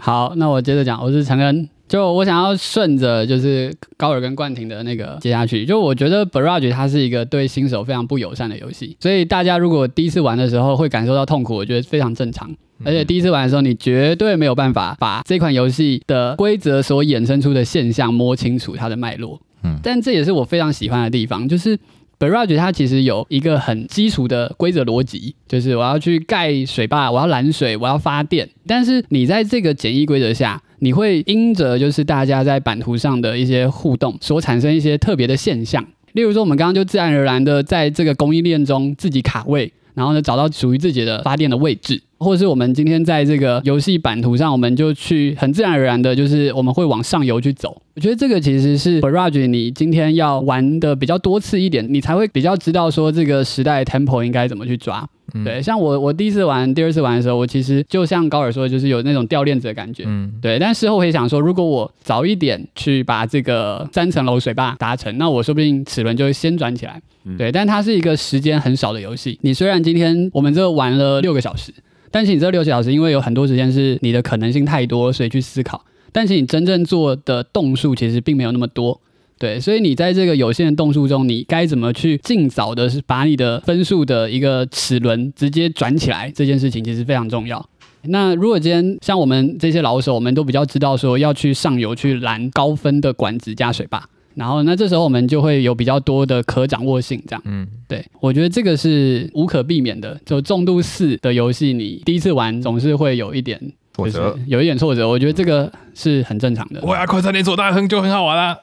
Speaker 4: 好，那我接着讲，我是陈恩。就我想要顺着就是高尔跟冠廷的那个接下去，就我觉得 Barrage 它是一个对新手非常不友善的游戏，所以大家如果第一次玩的时候会感受到痛苦，我觉得非常正常。而且第一次玩的时候，你绝对没有办法把这款游戏的规则所衍生出的现象摸清楚它的脉络。
Speaker 5: 嗯
Speaker 4: 但这也是我非常喜欢的地方，就是。Barrage 它其实有一个很基础的规则逻辑，就是我要去盖水坝，我要拦水，我要发电。但是你在这个简易规则下，你会因着就是大家在版图上的一些互动，所产生一些特别的现象。例如说，我们刚刚就自然而然的在这个供应链中自己卡位，然后呢找到属于自己的发电的位置，或者是我们今天在这个游戏版图上，我们就去很自然而然的，就是我们会往上游去走。我觉得这个其实是 Barrage 你今天要玩的比较多次一点，你才会比较知道说这个时代 tempo 应该怎么去抓。
Speaker 2: 嗯
Speaker 4: 对，像我我第一次玩、第二次玩的时候，我其实就像高尔说的，就是有那种掉链子的感觉。
Speaker 2: 嗯，
Speaker 4: 对，但事后回想说，如果我早一点去把这个三层楼水坝达成，那我说不定齿轮就会先转起来。
Speaker 3: 嗯
Speaker 4: 对，但它是一个时间很少的游戏。你虽然今天我们这玩了六个小时，但是你这六个小时因为有很多时间是你的可能性太多，所以去思考，但是你真正做的动数其实并没有那么多。对，所以你在这个有限的动数中，你该怎么去尽早的是把你的分数的一个齿轮直接转起来，这件事情其实非常重要。那如果今天像我们这些老手，我们都比较知道说要去上游去拦高分的管子加水坝，然后那这时候我们就会有比较多的可掌握性，这样。
Speaker 2: 嗯，
Speaker 4: 对我觉得这个是无可避免的。就重度四的游戏，你第一次玩总是会有一点
Speaker 5: 挫
Speaker 4: 就是
Speaker 5: 折。
Speaker 4: 有一点挫折，我觉得这个是很正常的。
Speaker 2: 哇，快三连锁大亨就很好玩啦、啊。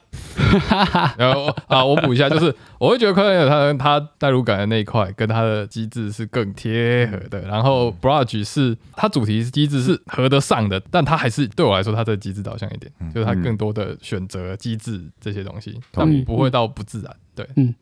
Speaker 2: 然后啊，我补一下，就是我会觉得快三连锁大亨它代入感的那一块跟它的机制是更贴合的，然后 Barrage 是它主题机制是合得上的，但它还是对我来说它的机制导向一点，就是它更多的选择机制这些东西，它
Speaker 4: 同意
Speaker 2: 不会到不自然。对，
Speaker 4: 嗯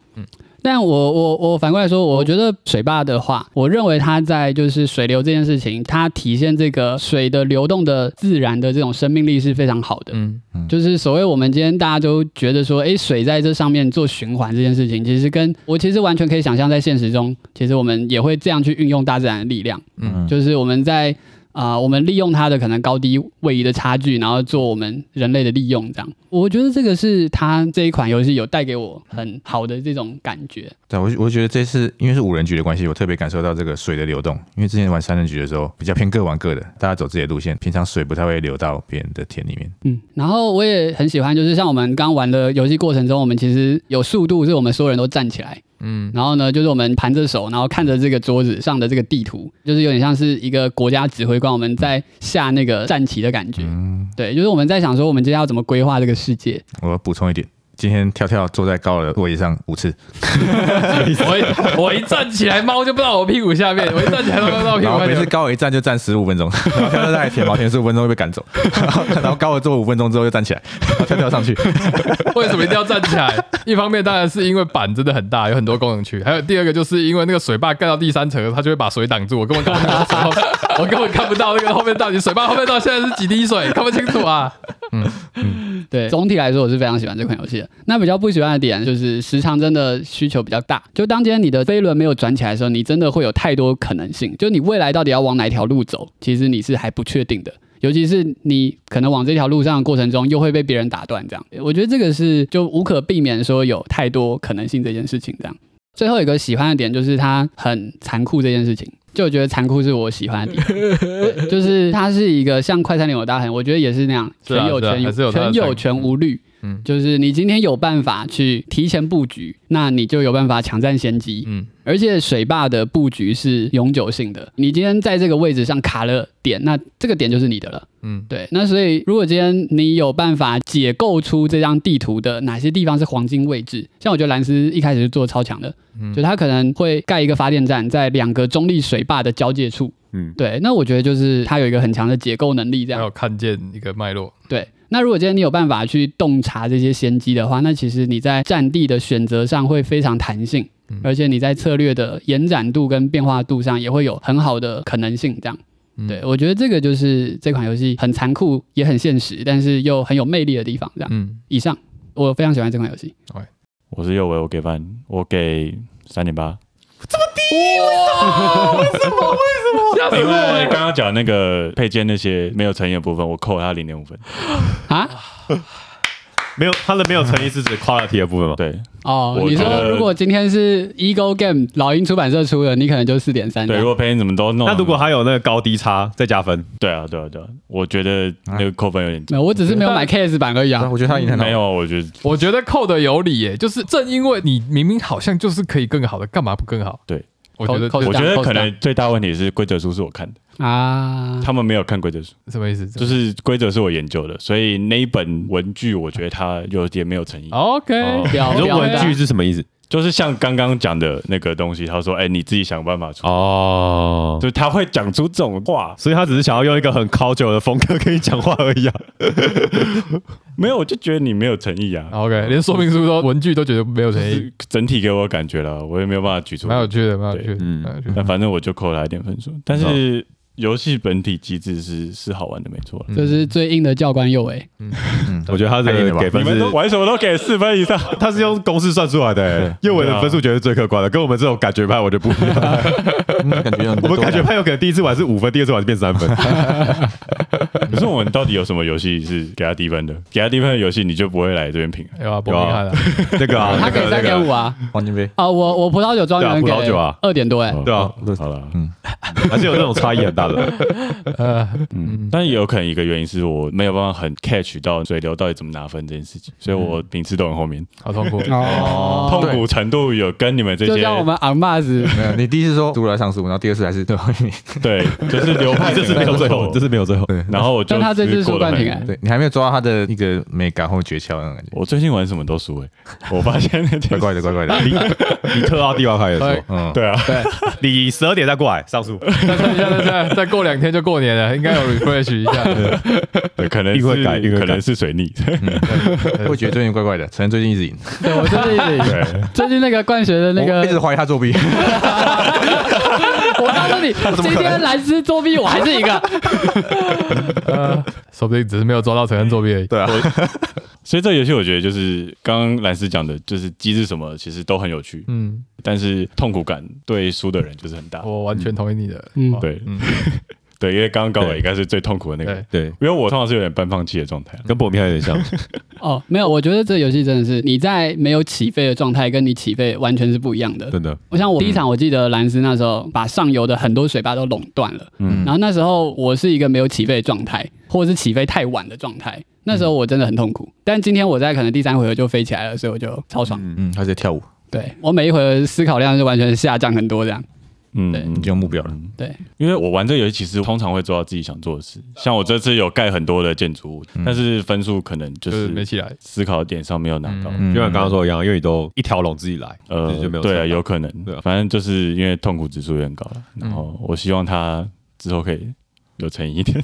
Speaker 4: 但我我我反过来说，我觉得水坝的话，我认为它在就是水流这件事情，它体现这个水的流动的自然的这种生命力是非常好的。
Speaker 2: 嗯，
Speaker 4: 就是所谓我们今天大家都觉得说，诶，水在这上面做循环这件事情，其实跟我其实完全可以想象，在现实中，其实我们也会这样去运用大自然的力量。
Speaker 5: 嗯，
Speaker 4: 就是我们在啊、呃我们利用它的可能高低位移的差距，然后做我们人类的利用，这样。我觉得这个是它这一款游戏有带给我很好的这种感觉。
Speaker 5: 对，我我觉得这次因为是五人局的关系，我特别感受到这个水的流动。因为之前玩三人局的时候，比较偏各玩各的，大家走自己的路线，平常水不太会流到别人的田里面。
Speaker 4: 嗯，然后我也很喜欢，就是像我们刚玩的游戏过程中，我们其实有速度，是我们所有人都站起来。嗯，然后呢，就是我们盘着手，然后看着这个桌子上的这个地图，就是有点像是一个国家指挥官我们在下那个战旗的感觉。
Speaker 5: 嗯，
Speaker 4: 对，就是我们在想说，我们接下来要怎么规划这个世界。
Speaker 5: 我要补充一点，今天跳跳坐在高的座椅上五次，
Speaker 2: 我一我一站起来，猫就不到我屁股下面，我一站起来，猫就不
Speaker 3: 哦
Speaker 2: 到我屁
Speaker 5: 然
Speaker 2: 股
Speaker 5: 后
Speaker 2: 下
Speaker 5: 每次
Speaker 2: 面。
Speaker 5: 高尔一站就站十五分钟，然后跳跳在舔毛舔十五分钟会被赶走， 然后然后高尔坐五分钟之后又站起来，然后跳跳上去。
Speaker 2: 为什么一定要站起来？一方面当然是因为板真的很大，有很多功能区；还有第二个就是因为那个水坝盖到第三层，它就会把水挡住，我根本看不到水后面，我根本看不到那个后面到底水坝后面到底现在是几滴水，看不清楚啊。
Speaker 4: 对，总体来说我是非常喜欢这款游戏的。那比较不喜欢的点就是时长真的需求比较大，就当今天你的飞轮没有转起来的时候，你真的会有太多可能性，就你未来到底要往哪一条路走，其实你是还不确定的。尤其是你可能往这条路上的过程中，又会被别人打断，这样，我觉得这个是就无可避免说有太多可能性这件事情这样。最后一个喜欢的点就是它很残酷这件事情，就我觉得残酷是我喜欢的地 方，对就是它是一个像快餐店有大亨，我觉得也是那样，
Speaker 2: 是啊
Speaker 4: 全有
Speaker 2: 是啊
Speaker 4: 全
Speaker 2: 还是有它的
Speaker 4: 全有全无虑。
Speaker 2: 嗯
Speaker 4: 就是你今天有办法去提前布局，那你就有办法抢占先机。
Speaker 2: 嗯，
Speaker 4: 而且水坝的布局是永久性的，你今天在这个位置上卡了点，那这个点就是你的了。
Speaker 2: 嗯，
Speaker 4: 对，那所以如果今天你有办法解构出这张地图的哪些地方是黄金位置，像我觉得蓝斯一开始就做得超强的，就他可能会盖一个发电站在两个中立水坝的交界处。
Speaker 3: 嗯，
Speaker 4: 对，那我觉得就是他有一个很强的解构能力，这
Speaker 2: 还
Speaker 4: 样
Speaker 2: 有看见一个脉络，
Speaker 4: 对。那如果今天你有办法去洞察这些先机的话，那其实你在战地的选择上会非常弹性，
Speaker 1: 嗯
Speaker 4: 而且你在策略的延展度跟变化度上也会有很好的可能性。这样，
Speaker 2: 嗯
Speaker 4: 对我觉得这个就是这款游戏很残酷也很现实，但是又很有魅力的地方。这样，
Speaker 2: 嗯，
Speaker 4: 以上我非常喜欢这款游戏，
Speaker 1: 我是右维，我给分，我给三点八。这么低？
Speaker 2: 哎
Speaker 1: 为什么？为什么？因为刚刚讲那个配件那些没有诚意的部分，我扣了他零点五分。
Speaker 4: 啊？
Speaker 3: 没有他的没有 诚意是指 quality 的部分吗？
Speaker 1: 对
Speaker 4: 哦，
Speaker 1: 我
Speaker 4: 你
Speaker 1: 觉
Speaker 4: 说
Speaker 1: 得
Speaker 4: 如果今天是 Ego Game 老鹰出版社出的，你可能就四点三。
Speaker 1: 对，如果配件怎么都弄，
Speaker 3: 那如果还有那个高低差再加分，
Speaker 1: 对啊对啊对啊，我觉得那个扣分有点
Speaker 4: 没有，我只是没 有买 KS 版而已
Speaker 5: 啊
Speaker 4: 啊。
Speaker 5: 我觉得他赢很好
Speaker 1: 没。有，我觉得
Speaker 2: 我觉得扣的有理耶，就是正因为你明明好像就是可以更好的，干嘛不更好？
Speaker 1: 对，
Speaker 2: 我觉得
Speaker 4: 扣扣
Speaker 1: 我觉得可
Speaker 4: 扣
Speaker 1: 能最大问题是规则书是我看的，
Speaker 4: 啊，
Speaker 1: 他们没有看规则书，
Speaker 2: 什么意思？
Speaker 1: 就是是规则是我研究的，所以那一本文具我觉得它有点没有诚意。
Speaker 2: 哦 OK，
Speaker 4: 嗯表
Speaker 3: 哦你说
Speaker 4: 表
Speaker 3: 文
Speaker 4: 达
Speaker 3: 具是什么意思？
Speaker 1: 就是像刚刚讲的那个东西，他说：“哎、你自己想办法出。
Speaker 3: 哦，
Speaker 1: 就他会讲出这种话，
Speaker 3: 所以他只是想要用一个很 culture 的风格跟你讲话而已啊。
Speaker 1: 没有，我就觉得你没有诚意啊。
Speaker 2: OK，连说明书都文具都觉得没有诚意，
Speaker 1: 是整体给我的感觉了，我也没有办法举出。
Speaker 2: 蛮有趣的，蛮有趣的，
Speaker 3: 对嗯
Speaker 2: 蛮有趣的
Speaker 1: 但反正我就扣了他一点分数。但是游戏本体机制是是好玩的，没错。
Speaker 2: 嗯
Speaker 4: 这是最硬的教官右诶，
Speaker 5: 嗯，
Speaker 3: 我觉得他的
Speaker 5: 太硬了吧
Speaker 3: 给
Speaker 1: 你
Speaker 3: 分
Speaker 1: 们
Speaker 3: 是
Speaker 1: 都，玩什么都给四分以上，
Speaker 3: 他是用公式算出来的、欸。叶伟的分数绝对最客观的，跟我们这种感觉派我就不一 样。
Speaker 5: 嗯感觉
Speaker 3: 我
Speaker 5: 我
Speaker 3: 们感觉派有可能第一次玩是五分，第二次玩是变三分。
Speaker 1: 可是我们到底有什么游戏是给他低分的？给他低分的游戏，你就不会来这边评。
Speaker 2: 有啊，伯明翰啊，
Speaker 3: 那个啊，
Speaker 4: 他
Speaker 3: 那
Speaker 4: 给
Speaker 3: 个那
Speaker 4: 三点
Speaker 3: 个，
Speaker 4: 五啊
Speaker 5: 黄金杯，
Speaker 4: 啊！我我葡萄酒庄园给
Speaker 3: 对啊葡萄酒啊
Speaker 4: 二点多哎，
Speaker 1: 哦
Speaker 3: 对啊，
Speaker 1: 好了，
Speaker 3: 还是有那种差异很大的。
Speaker 2: 呃，
Speaker 1: 嗯，但也有可能一个原因是我没有办法很 catch 到水流到底怎么拿分这件事情，所以我名次都很后面，
Speaker 2: 好痛苦，
Speaker 4: 哦
Speaker 1: 痛苦程度有跟你们这
Speaker 4: 就
Speaker 1: 些
Speaker 4: 像我们昂骂子，
Speaker 5: 没有，你第一次说读了上诉，然后第二次还是对
Speaker 1: 对， 就是流派
Speaker 3: 这是没有最后，这是没有最后。
Speaker 1: 然后我就
Speaker 4: 但他这次输冠廷
Speaker 1: 过得很
Speaker 4: 哎，
Speaker 5: 对你还没有抓到他的一个美感或诀窍那 种感觉，
Speaker 1: 我最近玩什么都输哎、 我发现那
Speaker 5: 怪
Speaker 1: 件
Speaker 5: 怪的，怪怪的。
Speaker 3: 你特奥地王牌也
Speaker 2: 对
Speaker 3: 说，
Speaker 5: 嗯，
Speaker 1: 对啊，
Speaker 3: 你十二点再过来上诉，
Speaker 2: 再再再再再过两天就过年了，应该有 refresh 一下。
Speaker 1: 对，可能
Speaker 3: 一会
Speaker 1: 是
Speaker 3: 改一会改
Speaker 1: 可能是水逆，
Speaker 5: 会觉得最近怪怪的，承认最近一直赢，
Speaker 4: 对我最近最近那个冠学的那个
Speaker 5: 我一，直怀疑他作弊。
Speaker 4: 我告 诉你，今天蓝斯作弊我还是一个，
Speaker 2: 呃，说不定只是没有抓到承认作弊而已。
Speaker 5: 对啊，
Speaker 1: 所以这个游戏我觉得就是刚刚兰斯讲的，就是机制什么其实都很有趣，
Speaker 2: 嗯，
Speaker 1: 但是痛苦感对输的人就是很大。
Speaker 2: 我完全同意你的。
Speaker 4: 嗯
Speaker 2: 哇
Speaker 1: 对
Speaker 2: 哦嗯，
Speaker 1: 对，因为刚刚高伟应该是最痛苦的那个人，
Speaker 2: 对，
Speaker 3: 对，
Speaker 1: 因为我通常是有点半放弃的状态。啊
Speaker 3: 跟薄面还有点像。
Speaker 4: 哦，没有，我觉得这游戏真的是你在没有起飞的状态，跟你起飞完全是不一样的。
Speaker 3: 真的，
Speaker 4: 我像我第一场，我记得蓝斯那时候把上游的很多水坝都垄断了，
Speaker 5: 嗯
Speaker 4: 然后那时候我是一个没有起飞的状态，或者是起飞太晚的状态，那时候我真的很痛苦。但今天我在可能第三回合就飞起来了，所以我就超爽。
Speaker 5: 嗯，他在跳舞，
Speaker 4: 对我每一回合思考量就完全下降很多，这样
Speaker 1: 嗯，
Speaker 4: 对
Speaker 5: 已经有目标了。
Speaker 1: 嗯
Speaker 4: 对，
Speaker 1: 因为我玩这个游戏，其实通常会做到自己想做的事。像我这次有盖很多的建筑物，但是分数可能就
Speaker 2: 就是
Speaker 1: 是
Speaker 2: 没起来。
Speaker 1: 思考点上没有拿到。
Speaker 2: 嗯
Speaker 5: 嗯
Speaker 3: 就像刚刚说的一样，因为你都一条龙自己来，
Speaker 1: 呃
Speaker 3: 呃，就没有
Speaker 1: 对啊，
Speaker 3: 成
Speaker 1: 有可能，
Speaker 3: 对啊
Speaker 1: 反正就是因为痛苦指数有点高了。然后我希望他之后可以有诚意一点。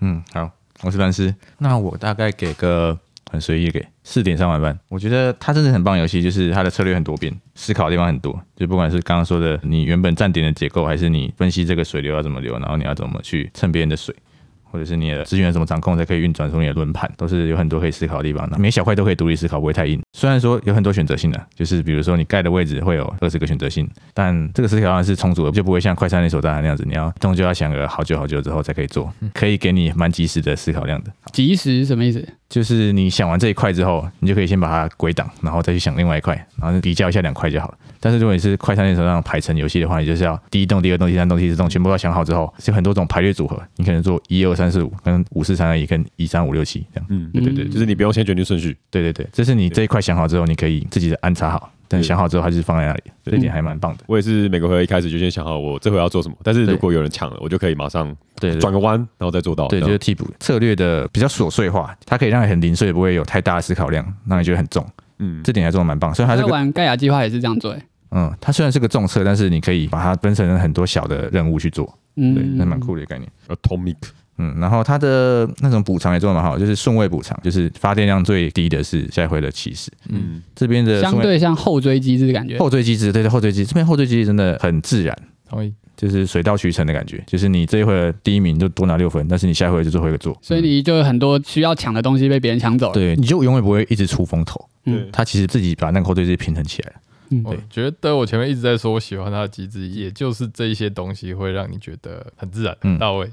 Speaker 5: 嗯，好，我是蓝斯，那我大概给个很随意的给四点三万半。我觉得它真的很棒的游戏，就是它的策略很多变，思考的地方很多，就不管是刚刚说的你原本站点的结构，还是你分析这个水流要怎么流，然后你要怎么去蹭别人的水。或者是你的资源怎么掌控，才可以运转出你的轮盘，都是有很多可以思考的地方。那每一小块都可以独立思考，不会太硬。虽然说有很多选择性的、就是比如说你盖的位置会有二十个选择性，但这个思考量是充足的，就不会像快餐连锁大那样子，你要动就要想个好久好久之后才可以做，可以给你蛮及时的思考量的。
Speaker 4: 及时什么意思？
Speaker 5: 就是你想完这一块之后，你就可以先把它归档，然后再去想另外一块，然后比较一下两块就好了。但是如果你是快餐店手上排成游戏的话，你就是要第一栋、第二栋、第三栋、第四栋全部都想好之后，就很多种排列组合，你可能做一二三四五，跟五四三二一，跟一三五六七这样。
Speaker 3: 嗯，
Speaker 4: 对对对
Speaker 3: 就是你不用先决定顺序，
Speaker 5: 对对对，这是你这一块想好之后，你可以自己的安插好，但
Speaker 3: 对
Speaker 5: 想好之后它就是放在那里，
Speaker 3: 对
Speaker 5: 这一点还蛮棒的。
Speaker 3: 我也是每个回合一开始就先想好我这回要做什么，但是如果有人抢了，我就可以马上
Speaker 5: 对对
Speaker 3: 转个弯，然后再做到。
Speaker 5: 对，
Speaker 3: 这
Speaker 5: 就
Speaker 3: 样
Speaker 5: 是替补策略的比较琐碎化，它可以让你很零碎，不会有太大的思考量，让你觉得很重。
Speaker 3: 嗯，
Speaker 5: 这点还做的蛮棒。虽然它
Speaker 4: 在
Speaker 5: 是个
Speaker 4: 玩盖亚计划也是这样做、欸，
Speaker 5: 嗯，它虽然是个重策，但是你可以把它分成很多小的任务去做，对，
Speaker 4: 嗯，
Speaker 5: 那蛮酷的一个概念。
Speaker 3: atomic
Speaker 5: 嗯，然后它的那种补偿也做的蛮好，就是顺位补偿，就是发电量最低的是下一回的骑士，
Speaker 3: 嗯
Speaker 5: 嗯，这边的
Speaker 4: 相
Speaker 5: 顺位
Speaker 4: 对像后追机制的感觉。
Speaker 5: 后缀机制，对对后缀机制，这边后缀机制真的很自然，
Speaker 2: 同意。
Speaker 5: 就是水到渠成的感觉，就是你这一回的第一名就多拿六分，但是你下一回就最后一个做，
Speaker 4: 所以你就有很多需要抢的东西被别人抢走了。
Speaker 5: 对，你就永远不会一直出风头。
Speaker 4: 嗯，
Speaker 5: 他其实自己把那个后缀机制平衡起来了，
Speaker 2: 我
Speaker 5: 对哦
Speaker 2: 觉得我前面一直在说我喜欢它的机制，也就是这一些东西会让你觉得很自然、很
Speaker 5: 嗯
Speaker 2: 到位。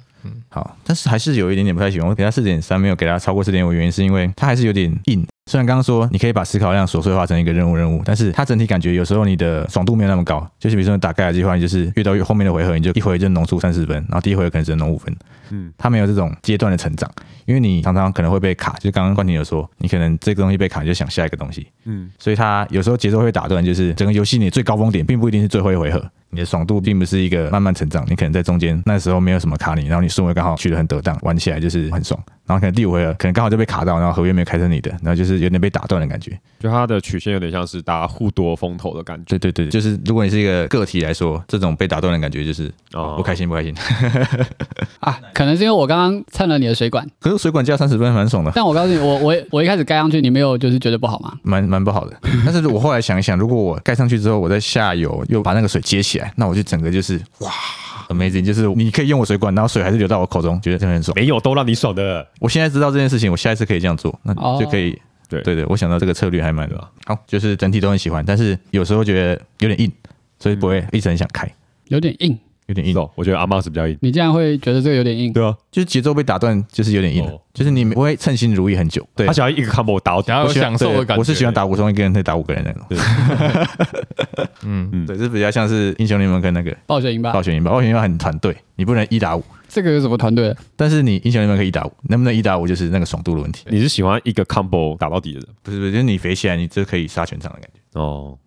Speaker 5: 好，但是还是有一点点不太喜欢。我给他四点三，没有给他超过四点五，原因是因为他还是有点硬。虽然刚刚说你可以把思考量琐碎化成一个任务任务，但是它整体感觉有时候你的爽度没有那么高。就是比如说你打盖亚计划，你就是越到越后面的回合，你就一回合就浓缩三十分，然后第一回合可能只能浓五分。
Speaker 3: 嗯
Speaker 5: 嗯，它没有这种阶段的成长，因为你常常可能会被卡。就刚刚冠廷有说，你可能这个东西被卡，你就想下一个东西。
Speaker 3: 嗯，
Speaker 5: 所以它有时候节奏会打断，就是整个游戏你最高峰点并不一定是最后一回合，你的爽度并不是一个慢慢成长，你可能在中间那时候没有什么卡你，然后你顺位刚好取得很得当，玩起来就是很爽，然后可能第五回合可能刚好就被卡到，然后合约没有开成你的，然后就是有点被打断的感觉。
Speaker 3: 就它的曲线有点像是大家互夺风头的感觉
Speaker 5: 对对对，就是如果你是一个个体来说，这种被打断的感觉就是
Speaker 3: 哦
Speaker 5: 不开心不开心。
Speaker 4: 啊，可能是因为我刚刚蹭了你的水管，
Speaker 5: 可是水管加三十分蛮爽的。
Speaker 4: 但我告诉你，我我我一开始盖上去，你没有就是觉得不好吗？
Speaker 5: 蛮蛮不 好的，但是我后来想一想，如果我盖上去之后，我在下游又把那个水接起来，那我就整个就是哇，amazing，就是你可以用我水管，然后水还是流到我口中，觉得真的很爽。
Speaker 3: 没有都让你爽的，
Speaker 5: 我现在知道这件事情，我下一次可以这样做，那
Speaker 4: 哦
Speaker 5: 就可以。
Speaker 3: 对
Speaker 5: 对对，我想到这个策略还蛮
Speaker 3: 对啊
Speaker 5: 好，就是整体都很喜欢，但是有时候觉得有点硬，所以不会一直很想开，
Speaker 4: 有点硬，
Speaker 5: 有点硬，
Speaker 3: 懂？我觉得阿嗯妈是比哦较硬，
Speaker 4: 你竟然会觉得这个有点硬。
Speaker 3: 对啊，
Speaker 5: 就是节奏被打断，就是有点硬，
Speaker 3: 哦
Speaker 5: 就是你不会称心如意很久。对
Speaker 3: 他，想要一个 combo 打到
Speaker 2: 想要有
Speaker 5: 我喜欢
Speaker 2: 享受的
Speaker 5: 对
Speaker 2: 感觉，
Speaker 5: 我是喜欢打武松一个人，可以打五个人那种。
Speaker 2: 嗯，
Speaker 3: 嗯
Speaker 5: 对，这比较像是英雄联盟跟那个
Speaker 4: 暴雪赢吧
Speaker 5: 暴，雪英霸，暴雪英霸很团队，你不能一打五，
Speaker 4: 这个有什么团队的？
Speaker 5: 但是你英雄联盟可以一打五，能不能一打五就是那个爽度的问题。
Speaker 3: 你是喜欢一个 combo 打到底的人
Speaker 5: 不是不是，就是你肥起来，你就可以杀全场的感觉。
Speaker 3: 哦，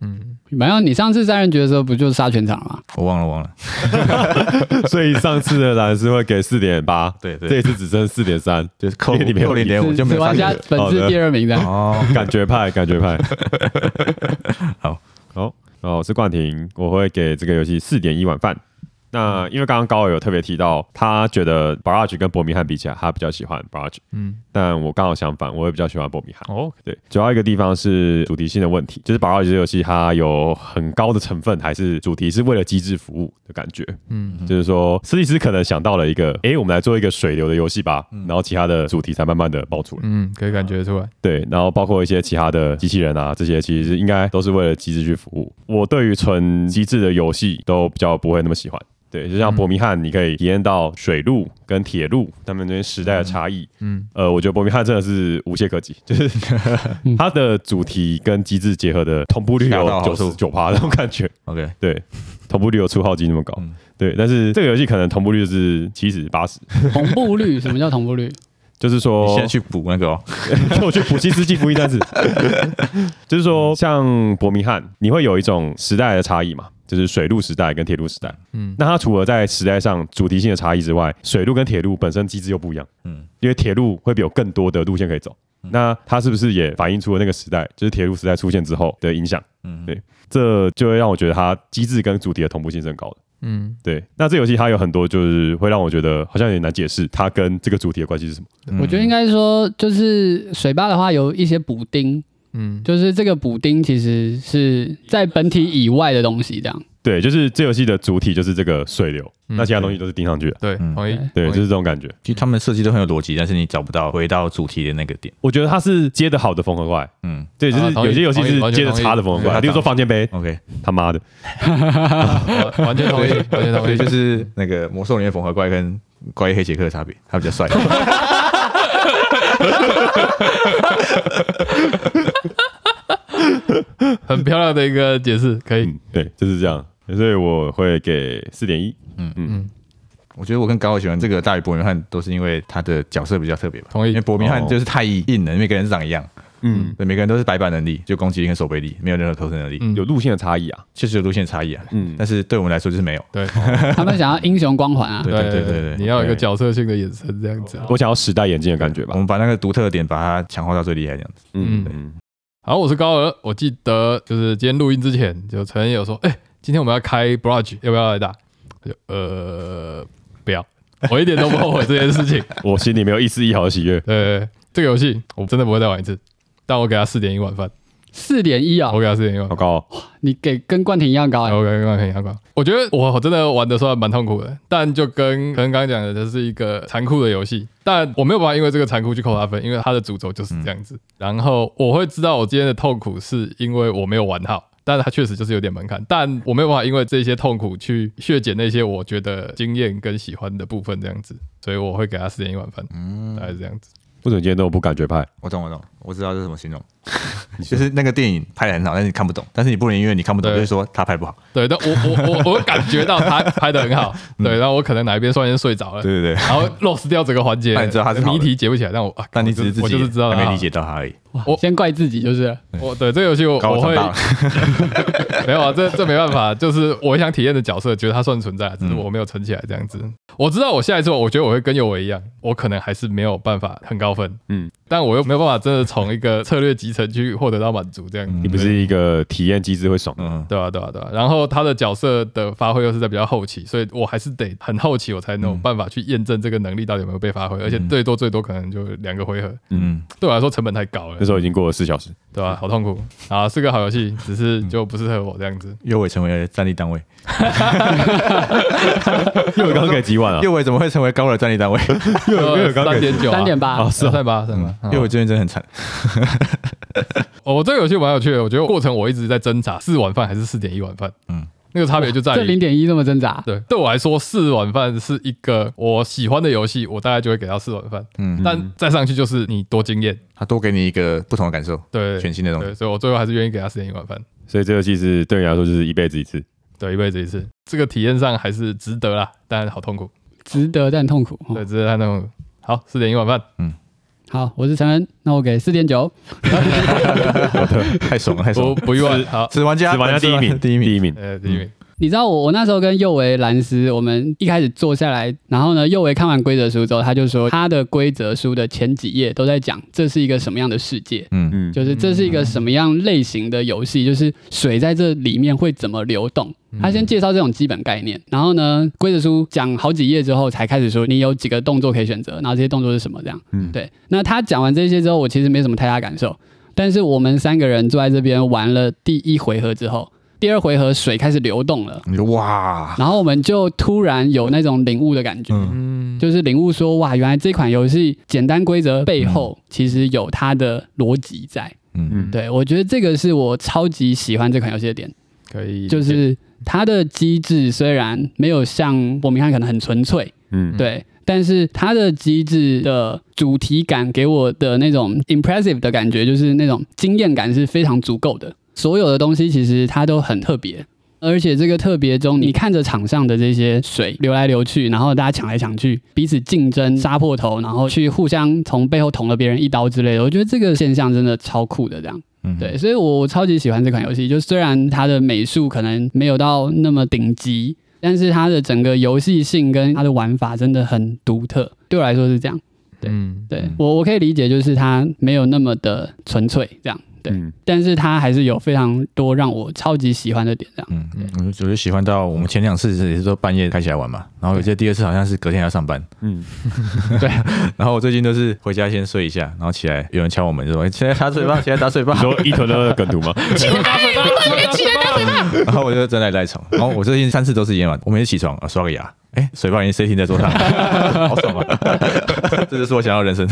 Speaker 4: 没有，你上次三人局的时候不就是杀全场了吗？
Speaker 5: 我忘了忘了，
Speaker 3: 所以上次的蓝是会给四点八，
Speaker 5: 对对
Speaker 3: 这一次只剩四点三，
Speaker 5: 就是扣
Speaker 3: 因为你没有
Speaker 5: 扣零点五
Speaker 4: 只
Speaker 5: 哎就没
Speaker 4: 只
Speaker 5: 有杀
Speaker 4: 玩
Speaker 5: 全
Speaker 4: 家
Speaker 5: 场。
Speaker 4: 本
Speaker 3: 好
Speaker 4: 次
Speaker 3: 的
Speaker 4: 第二名的，
Speaker 5: 哦，
Speaker 3: 感觉派，感觉派。
Speaker 5: 好，
Speaker 3: 好，哦，我是冠廷，我会给这个游戏四点一碗饭。那因为刚刚高尔有特别提到，他觉得 Barrage 跟伯明翰比起来，他比较喜欢 Barrage。
Speaker 2: 嗯，
Speaker 3: 但我刚好相反，我会比较喜欢伯明翰。
Speaker 2: 哦，
Speaker 3: 对，主要一个地方是主题性的问题，就是《宝拉这个游戏它有很高的成分，还是主题是为了机制服务的感觉。嗯，就是说设计师可能想到了一个，诶，我们来做一个水流的游戏吧，然后其他的主题才慢慢的冒出来。
Speaker 2: 嗯，可以感觉出来，
Speaker 3: 对，然后包括一些其他的机器人啊，这些其实应该都是为了机制去服务。我对于纯机制的游戏都比较不会那么喜欢。对，就像
Speaker 5: 嗯
Speaker 3: 伯明翰，你可以体验到水路跟铁路他们这些时代的差异。
Speaker 2: 嗯，
Speaker 3: 呃，我觉得伯明翰真的是无懈可击，就是它的主题跟机制结合的同步率
Speaker 5: 恰
Speaker 3: 有
Speaker 5: 到
Speaker 3: 九
Speaker 5: 好处
Speaker 3: 十九趴那种感觉。
Speaker 5: OK，
Speaker 3: 对，同步率有出号机那么高。
Speaker 5: 嗯
Speaker 3: 对，但是这个游戏可能同步率是七十八十，
Speaker 4: 同步率，什么叫同步率？
Speaker 3: 就是说
Speaker 5: 你现在去补那个哦。
Speaker 3: 我去补习《世纪福音战 士》，就是说像伯明翰，你会有一种时代的差异嘛，就是水路时代跟铁路时代。嗯
Speaker 2: 嗯，
Speaker 3: 那它除了在时代上主题性的差异之外，水路跟铁路本身机制又不一样。嗯
Speaker 5: 嗯，
Speaker 3: 因为铁路会有更多的路线可以走。那它是不是也反映出了那个时代，就是铁路时代出现之后的影响？
Speaker 5: 嗯
Speaker 3: 对这就会让我觉得它机制跟主题的同步性是很高的。
Speaker 2: 嗯，
Speaker 3: 对，那这游戏它有很多就是会让我觉得好像有点难解释它跟这个主题的关系是什么。
Speaker 2: 嗯
Speaker 5: 嗯
Speaker 4: 我觉得应该说，就是水坝的话有一些补丁，
Speaker 2: 嗯，
Speaker 4: 就是这个补丁其实是在本体以外的东西，这 样。
Speaker 3: 对，就是这游戏的主体就是这个水流，
Speaker 2: 嗯
Speaker 3: 那其他东西都是钉上去的。
Speaker 2: 对，
Speaker 5: 嗯
Speaker 2: 同意，
Speaker 3: 对，
Speaker 2: 同
Speaker 3: 就
Speaker 2: 意
Speaker 3: 是这种感觉。
Speaker 5: 其实他们设计都很有逻辑，但是你找不到回到主题的那个点。
Speaker 3: 我觉得它是接的好的缝合怪，
Speaker 5: 嗯
Speaker 3: 对，就
Speaker 2: 啊
Speaker 3: 是
Speaker 2: 同意
Speaker 3: 有些游戏是
Speaker 2: 同意
Speaker 3: 接的差的缝合
Speaker 5: 完全
Speaker 3: 怪，
Speaker 5: 同意
Speaker 3: 例如说房间杯，
Speaker 5: ，OK，
Speaker 3: 他妈的，
Speaker 2: 完完全同意，完全同
Speaker 5: 所
Speaker 2: 意，
Speaker 5: 以就是那个魔兽里面缝合怪跟怪异黑杰克的差别，他比较帅。
Speaker 2: 很漂亮的一个解释，可以。
Speaker 3: 嗯，对，就是这样。所以我会给四点一。
Speaker 5: 我觉得我跟高伟喜欢这个大于伯明翰，都是因为他的角色比较特别吧。
Speaker 2: 同意
Speaker 5: 因为伯明翰就是太硬了，每个人是长一样，
Speaker 3: 嗯，
Speaker 5: 对，每个人都是白板能力，就攻击力跟守备力，没有任何投射能力，
Speaker 2: 嗯
Speaker 3: 有路线的差异啊。
Speaker 5: 确实有路线差异啊。
Speaker 3: 嗯，
Speaker 5: 但是对我们来说就是没有。
Speaker 2: 对
Speaker 4: 他们想要英雄光环啊，
Speaker 5: 对对对对
Speaker 2: 你要有一个
Speaker 5: OK
Speaker 2: 角色性的眼神，这样子。
Speaker 3: 我想要时代眼镜的感觉吧
Speaker 5: 我。们把那个独特的点把它强化到最厉害，这样子。
Speaker 3: 嗯
Speaker 2: 嗯
Speaker 3: 嗯，
Speaker 2: 好，我是高尔，我记得就是今天录音之前，就陈也有说，哎、今天我们要开 Brudge，要不要来打？我就呃，不要，我一点都不后悔这件事情。
Speaker 3: 我心里没有一丝一毫的喜悦。
Speaker 2: 呃，这个游戏我真的不会再玩一次，但我给他四点一碗饭，
Speaker 4: 四点一啊
Speaker 2: 我，给他四点一碗
Speaker 3: 好高、哦，
Speaker 4: 你给跟冠廷一样高哎、
Speaker 2: 我刚刚很阳光，我觉得我真的玩的算蛮痛苦的，但就跟可能刚刚讲的，这是一个残酷的游戏，但我没有办法因为这个残酷去扣他分，因为它的主轴就是这样子。然后我会知道我今天的痛苦是因为我没有玩好，但它确实就是有点门槛，但我没有办法因为这些痛苦去削减那些我觉得经验跟喜欢的部分这样子，所以我会给他四点一碗饭，
Speaker 5: 嗯
Speaker 2: 大概是这样子。
Speaker 3: 为什么今天都不感觉派？
Speaker 5: 我懂我懂，我知道这是什么形 容，就是那个电影拍的很好，但是你看不懂，但是你不能因为你看不懂
Speaker 2: 对
Speaker 5: 就是说他拍不好。
Speaker 2: 对，但我我我我感觉到他拍的很好，对，然后我可能哪一边突然间睡着了，
Speaker 5: 对对对，
Speaker 2: 然后 lost 掉整个环节，
Speaker 5: 那你知道它是好的
Speaker 2: 谜题解不起来，但我啊，
Speaker 5: 但你只是自己
Speaker 2: 我就是知道它
Speaker 5: 还
Speaker 2: 好
Speaker 5: 没理解到他而已。
Speaker 2: 我
Speaker 4: 先怪自己就是了。
Speaker 2: 我对这个游戏我
Speaker 5: 高
Speaker 2: 我
Speaker 5: 长
Speaker 2: 会
Speaker 5: 大了，
Speaker 2: 没有啊，这这没办法，就是我想体验的角色，觉得它算存在，啊只
Speaker 5: 嗯
Speaker 2: 是我没有存起来这样子。我知道我下一次，我觉得我会跟有为一样，我可能还是没有办法很高分，
Speaker 3: 嗯
Speaker 2: 嗯，但我又没有办法真的从一个策略集成去获得到满足这样子。
Speaker 3: 你不是一个体验机制会爽的。
Speaker 5: 嗯，
Speaker 2: 对啊，对啊，对啊。然后他的角色的发挥又是在比较后期，所以我还是得很后期，我才能有办法去验证这个能力到底有没有被发挥，而且最多最多可能就两个回合，
Speaker 5: 嗯，
Speaker 2: 对我来说成本太高了
Speaker 3: 那，时候已经过了四小时，
Speaker 2: 对吧、好痛苦啊，是个好游戏，只是就不适合我这样子。
Speaker 5: 右尾成为了战力单位，
Speaker 3: 又刚给几万啊？
Speaker 5: 右尾怎么会成为高的战力单位？
Speaker 2: 又
Speaker 3: 刚
Speaker 2: 三点九，
Speaker 4: 三点八
Speaker 2: 啊，三点八，三点八。
Speaker 5: 右尾这边真的很惨。
Speaker 2: 哦，我这个游戏蛮有趣的，我觉得过程我一直在挣扎，四碗饭还是四点一碗饭，嗯
Speaker 5: 嗯，
Speaker 2: 那个差别就在
Speaker 4: 这
Speaker 2: 于
Speaker 4: 零。点一这么挣扎，
Speaker 2: 对，对我来说，四碗饭是一个我喜欢的游戏，我大概就会给到四碗饭。嗯
Speaker 5: 嗯，
Speaker 2: 但再上去就是你多经验，
Speaker 5: 他多给你一个不同的感受，
Speaker 2: 对，
Speaker 5: 全新的东西。
Speaker 2: 对，所以我最后还是愿意给他四点一碗饭，
Speaker 3: 所以这游戏是对你来说就是一辈子一次。
Speaker 2: 对，一辈子一次，这个体验上还是值得啦，但好痛苦，
Speaker 4: 值得但痛苦。哦
Speaker 2: 对，值得他那种好四点一碗饭，
Speaker 4: 好，我是陈恩，那我给四点九。
Speaker 5: 太爽了，太爽
Speaker 2: 不
Speaker 5: 了！
Speaker 2: 不意外，好，
Speaker 5: 死玩家，啊
Speaker 3: 只玩家第一名，
Speaker 5: 第一名，
Speaker 3: 第一名。
Speaker 2: 呃，第一名，
Speaker 4: 你知道我我那时候跟右维兰斯，我们一开始坐下来，然后呢，右维看完规则书之后，他就说他的规则书的前几页都在讲这是一个什么样的世界，
Speaker 5: 嗯，
Speaker 3: 嗯，
Speaker 4: 就是这是一个什么样类型的游戏，就是水在这里面会怎么流动。他先介绍这种基本概念，然后呢，规则书讲好几页之后，才开始说你有几个动作可以选择，然后这些动作是什么这样。
Speaker 3: 嗯
Speaker 4: 对。那他讲完这些之后，我其实没什么太大感受，但是我们三个人坐在这边玩了第一回合之后，第二回合水开始流动了，
Speaker 5: 你说哇，
Speaker 4: 然后我们就突然有那种领悟的感觉。
Speaker 5: 嗯，
Speaker 2: 嗯，
Speaker 4: 就是领悟说，哇，原来这款游戏简单规则背后其实有它的逻辑在。
Speaker 3: 嗯，
Speaker 4: 对，我觉得这个是我超级喜欢这款游戏的点，
Speaker 2: 可以，
Speaker 4: 就是它的机制虽然没有像我们看可能很纯粹，
Speaker 3: 嗯，
Speaker 4: 对，但是它的机制的主题感给我的那种 impressive 的感觉，就是那种惊艳感是非常足够的。所有的东西其实它都很特别，而且这个特别中，你看着场上的这些水流来流去，然后大家抢来抢去，彼此竞争、杀破头，然后去互相从背后捅了别人一刀之类的，我觉得这个现象真的超酷的。这样，
Speaker 5: 嗯
Speaker 4: 对，所以我超级喜欢这款游戏。就虽然它的美术可能没有到那么顶级，但是它的整个游戏性跟它的玩法真的很独特，对我来说是这样。对
Speaker 2: 嗯，
Speaker 4: 对我我可以理解，就是它没有那么的纯粹这样，对，
Speaker 3: 嗯
Speaker 4: 但是它还是有非常多让我超级喜欢的点这样。
Speaker 5: 嗯，我就我就喜欢到我们前两次是也是都半夜开起来玩嘛，然后有些第二次好像是隔天要上班， 啊
Speaker 3: 嗯，
Speaker 5: 然后我最近都是回家先睡一下，然后起来有人敲我门说哎起来打水吧，起来打水吧
Speaker 3: 你，说一囤二的梗 图吗？
Speaker 5: 然后我就真的赖床，然后我最近三次都是一样嘛，我每次起床啊刷个牙，哎水吧已经塞停在桌上， 好爽啊！这就是我想要的人生，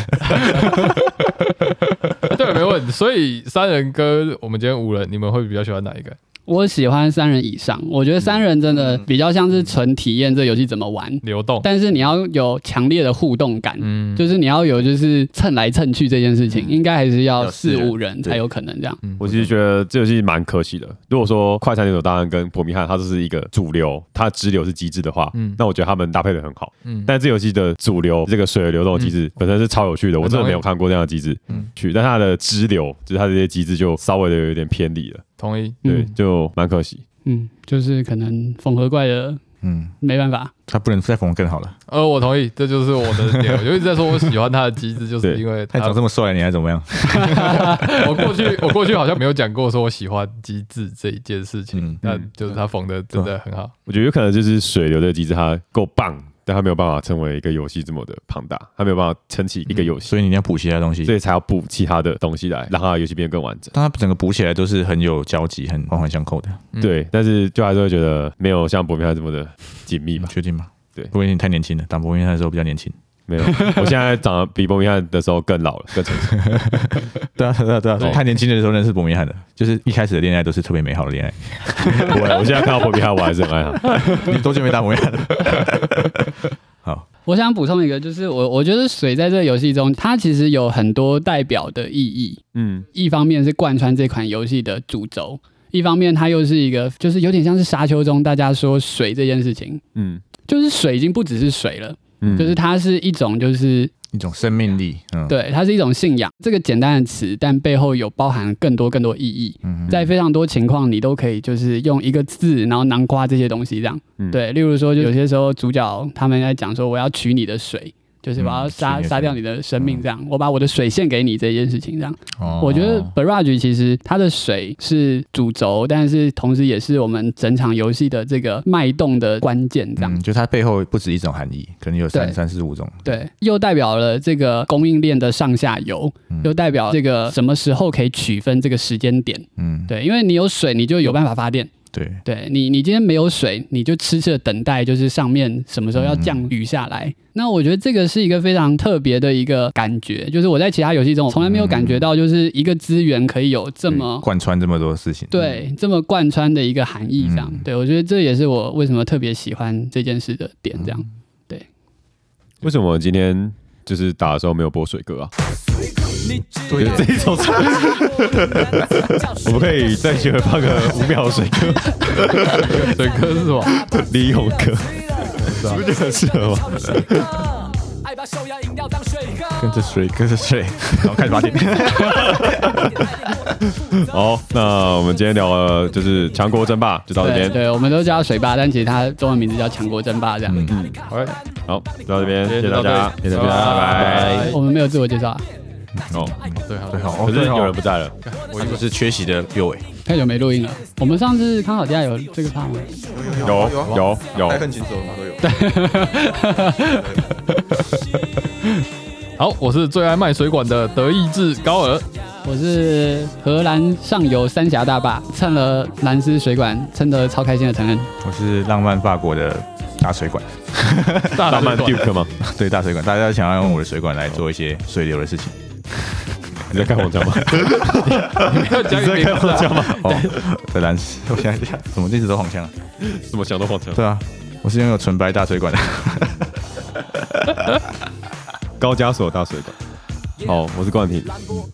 Speaker 2: 对，没问题。所以三人跟我们今天五人，你们会比较喜欢哪一个？
Speaker 4: 我喜欢三人以上，我觉得三人真的比较像是纯体验这游戏怎么玩，
Speaker 2: 流动，
Speaker 4: 但是你要有强烈的互动感，
Speaker 2: 嗯，
Speaker 4: 就是你要有就是蹭来蹭去这件事情，应该还是要
Speaker 5: 要四
Speaker 4: 四
Speaker 5: 人
Speaker 4: 五人才有可能这样。
Speaker 3: 我其实觉得这游戏蛮可惜的。如果说快餐连锁大案跟破迷汉它这是一个主流，它的支流是机制的话，
Speaker 2: 嗯
Speaker 3: 那我觉得他们搭配的很好。
Speaker 2: 嗯
Speaker 3: 但这游戏的主流这个水的流动机制本身是超有趣的，我真的没有看过这样的机制
Speaker 2: 嗯
Speaker 3: 去，但它的支流就是它这些机制就稍微的有一点偏离了，
Speaker 2: 同意，
Speaker 3: 对，
Speaker 4: 嗯
Speaker 3: 就蛮可惜。
Speaker 4: 嗯，就是可能缝合怪的
Speaker 5: 嗯，
Speaker 4: 没办法，
Speaker 5: 他不能再缝更好了。
Speaker 2: 呃，我同意，这就是我的点。我就一直在说我喜欢他的机制，就是
Speaker 3: 对
Speaker 2: 因为他
Speaker 5: 他长这么帅，你还怎么
Speaker 3: 嗯
Speaker 5: 样？
Speaker 2: 我过去我过去好像没有讲过说我喜欢机制这一件事情
Speaker 5: 嗯，
Speaker 2: 但就是他缝的真的很好。
Speaker 3: 我觉得有可能就是水流的机制它够棒，但它没有办法成为一个游戏这么的庞大，它没有办法撑起
Speaker 2: 嗯
Speaker 3: 一个游戏，
Speaker 5: 所以你一定要补其他东西
Speaker 3: 所。以才要补其他的东西来让它的游戏变得更完整。
Speaker 5: 但他整个补起来都是很有交集、很环环相扣的，
Speaker 2: 嗯
Speaker 3: 对，但是就还是会觉得没有像伯明翰这么的紧密
Speaker 5: 你
Speaker 3: 吧？
Speaker 5: 确定吗？
Speaker 3: 对
Speaker 5: 不过你太年轻了，打博明翰的时候比较年轻。
Speaker 3: 没有，我现在长得比伯明翰的时候更老了，更 成熟。
Speaker 5: 对啊，对啊，对啊。他年轻的时候认识伯明翰的，就是一开始的恋爱都是特别美好的恋爱。啊
Speaker 3: 我我现在看到伯明翰，我还是很爱他。
Speaker 5: 你多久没打伯明翰了？
Speaker 4: 我想补充一个，就是我我觉得水在这个游戏中，它其实有很多代表的意义。
Speaker 3: 嗯，
Speaker 4: 一方面是贯穿这款游戏的主轴，一方面它又是一个就是有点像是沙丘中大家说水这件事情，
Speaker 3: 嗯
Speaker 4: 就是水已经不只是水了，
Speaker 3: 嗯，
Speaker 4: 就是它是一种就是
Speaker 5: 一种生命力，嗯，，
Speaker 4: 对，它是一种信仰。这个简单的词，但背后有包含更多更多意义。
Speaker 5: 嗯
Speaker 4: 在非常多情况，你都可以就是用一个字，然后囊括这些东西，这样。
Speaker 3: 嗯
Speaker 4: 对，例如说，就有些时候主角他们在讲说，我要取你的水，就是我要
Speaker 5: 嗯
Speaker 4: 杀
Speaker 5: 取你的
Speaker 4: 杀
Speaker 5: 水嗯
Speaker 4: 掉你的生命，这样，我把我的水献给你这件事情，这样。
Speaker 5: 哦
Speaker 4: 我觉得 Barrage 其实它的水是主轴，但是同时也是我们整场游戏的这个脉动的关键，这样。
Speaker 5: 嗯，就它背后不止一种含义，可能有三
Speaker 4: 对
Speaker 5: 三四五种。
Speaker 4: 对，又代表了这个供应链的上下游，
Speaker 5: 嗯
Speaker 4: 又代表这个什么时候可以取分这个时间点。
Speaker 5: 嗯，
Speaker 4: 对，因为你有水，你就有办法发电。
Speaker 5: 对，
Speaker 4: 对你，你今天没有水，你就痴痴的等待，就是上面什么时候
Speaker 5: 嗯
Speaker 4: 要降雨下来。那我觉得这个是一个非常特别的一个感觉，就是我在其他游戏中我从来没有感
Speaker 5: 嗯
Speaker 4: 觉到，就是一个资源可以有这么
Speaker 5: 贯穿这么多事情。
Speaker 4: 对，这么贯穿的一个含义，这样，
Speaker 5: 嗯
Speaker 4: 对我觉得这也是我为什么特别喜欢这件事的点，这
Speaker 5: 嗯
Speaker 4: 样，
Speaker 3: 为什么今天就是打的时候没有播水哥啊？
Speaker 6: 对
Speaker 3: 这一首唱， 我们可以在结尾放个五秒的水歌，
Speaker 2: 水哥是什么？
Speaker 3: 李勇哥，你不觉得很适合吗？
Speaker 6: 爱把手摇饮料当水缸
Speaker 5: 跟着水，跟着水，然后开始把点。
Speaker 3: 好，那我们今天聊了就是强国争霸，就到这
Speaker 4: 对
Speaker 3: 边。
Speaker 4: 对，我们都叫它水坝，但其实它中文名字叫强国争霸，这样，
Speaker 1: 嗯
Speaker 2: 好，
Speaker 3: 嗯好，就到这边，谢谢大家，
Speaker 2: 谢谢
Speaker 5: 嗯
Speaker 2: 大家
Speaker 1: 啊
Speaker 3: 拜拜。
Speaker 4: 我们没有自我介绍啊，
Speaker 3: 哦，
Speaker 2: 对，好，
Speaker 5: 对，好，
Speaker 3: 可是有人
Speaker 5: 不，
Speaker 3: 不在了，
Speaker 5: 我就是缺席的右尾。
Speaker 4: 太久没录音了，我们上次康好家有这个趴吗？
Speaker 3: 有有有，
Speaker 5: 琴手都有。
Speaker 2: 好，我是最爱卖水管的德意志高尔，
Speaker 4: 我是荷兰上游三峡大坝蹭了蓝丝水管，蹭得超开心的陈恩，
Speaker 5: 我是浪漫法国的大水管，
Speaker 2: 大
Speaker 3: 大曼
Speaker 2: 水管
Speaker 3: Duke 吗？
Speaker 5: 对大水管，大家想要用我的水管来做一些水流的事情。
Speaker 3: 你在看我 讲吗？
Speaker 2: 不要讲你名字啊，
Speaker 5: 哦， 荷兰，我想一下，怎么一直都黄腔啊？
Speaker 3: 怎么想都放枪。
Speaker 5: 对啊，我是拥有纯白大水管的。
Speaker 3: 高加索大水管。好，我是冠廷，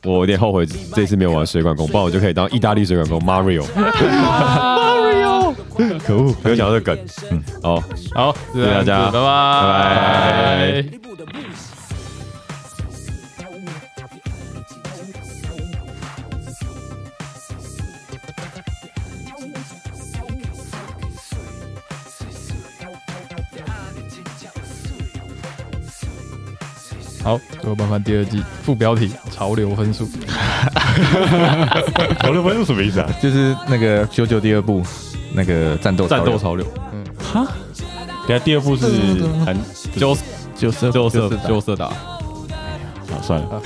Speaker 3: 我有点后悔这次没有玩水管工，不然我就可以当意大利水管工 Mario。Mario，可恶，没有想到这个梗。嗯，好，
Speaker 2: 好，谢谢
Speaker 3: 谢谢大家
Speaker 2: 拜拜，
Speaker 3: 拜拜。
Speaker 6: 一步的步行。
Speaker 2: 好，我办法第二季副标题潮流分数，
Speaker 3: 潮流分是什么意思啊？
Speaker 5: 就是那个《九九》第二部那个战斗
Speaker 3: 战斗潮流。嗯，
Speaker 2: 嗯
Speaker 3: 哈，等下第二部是韩纠
Speaker 5: 九十
Speaker 3: 纠瑟纠瑟达，
Speaker 1: 啊
Speaker 3: 好算了，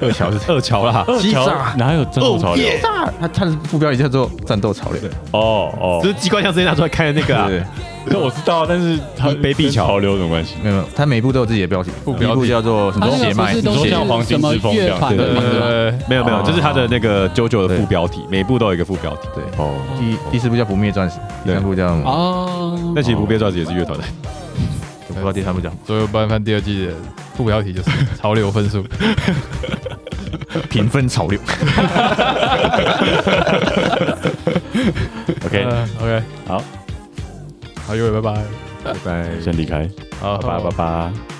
Speaker 3: 二乔是啊二乔啦，二
Speaker 5: 击
Speaker 3: 乔
Speaker 5: 掌
Speaker 1: 哪有战斗潮流？
Speaker 5: 啊他他的副标题叫做《战斗潮流》，
Speaker 3: 哦哦，就是机关枪直接拿出来开的那个啊
Speaker 5: 对，
Speaker 1: 这我知道，但是它
Speaker 3: 卑鄙
Speaker 1: 跟
Speaker 3: 桥
Speaker 1: 潮流有什么关系？
Speaker 5: 没有，没有它每一步都有自己的标题，
Speaker 2: 副
Speaker 5: 第一
Speaker 2: 标
Speaker 5: 步
Speaker 2: 题
Speaker 5: 叫做什
Speaker 4: 他
Speaker 5: 么
Speaker 4: 那
Speaker 5: 血
Speaker 4: 个不
Speaker 5: 脉
Speaker 4: 是，
Speaker 1: 你
Speaker 4: 都
Speaker 1: 说像黄
Speaker 4: 是
Speaker 1: 金
Speaker 4: 什么
Speaker 1: 之风这
Speaker 4: 乐
Speaker 1: 样
Speaker 4: 团
Speaker 3: 对
Speaker 4: 的名字吗？
Speaker 2: 呃，
Speaker 3: 没有没有，就是他的那个 JoJo 的
Speaker 5: 对
Speaker 3: 副标题，每一部都有一个副标题。
Speaker 5: 对，
Speaker 1: 哦，
Speaker 5: 第第四步叫不灭钻石，第三步叫什么？
Speaker 4: 哦，
Speaker 3: 那其实不变钻石也是乐团的，
Speaker 5: 我不知道第三步叫什么
Speaker 2: 所以班翻第二季的副标题就是潮流分数，
Speaker 5: 评分潮流。
Speaker 1: OK，
Speaker 2: 嗯 OK，
Speaker 1: 好，
Speaker 2: 好，各位拜拜，
Speaker 3: 拜拜
Speaker 1: 先离开，
Speaker 2: 好，
Speaker 1: 拜拜拜拜。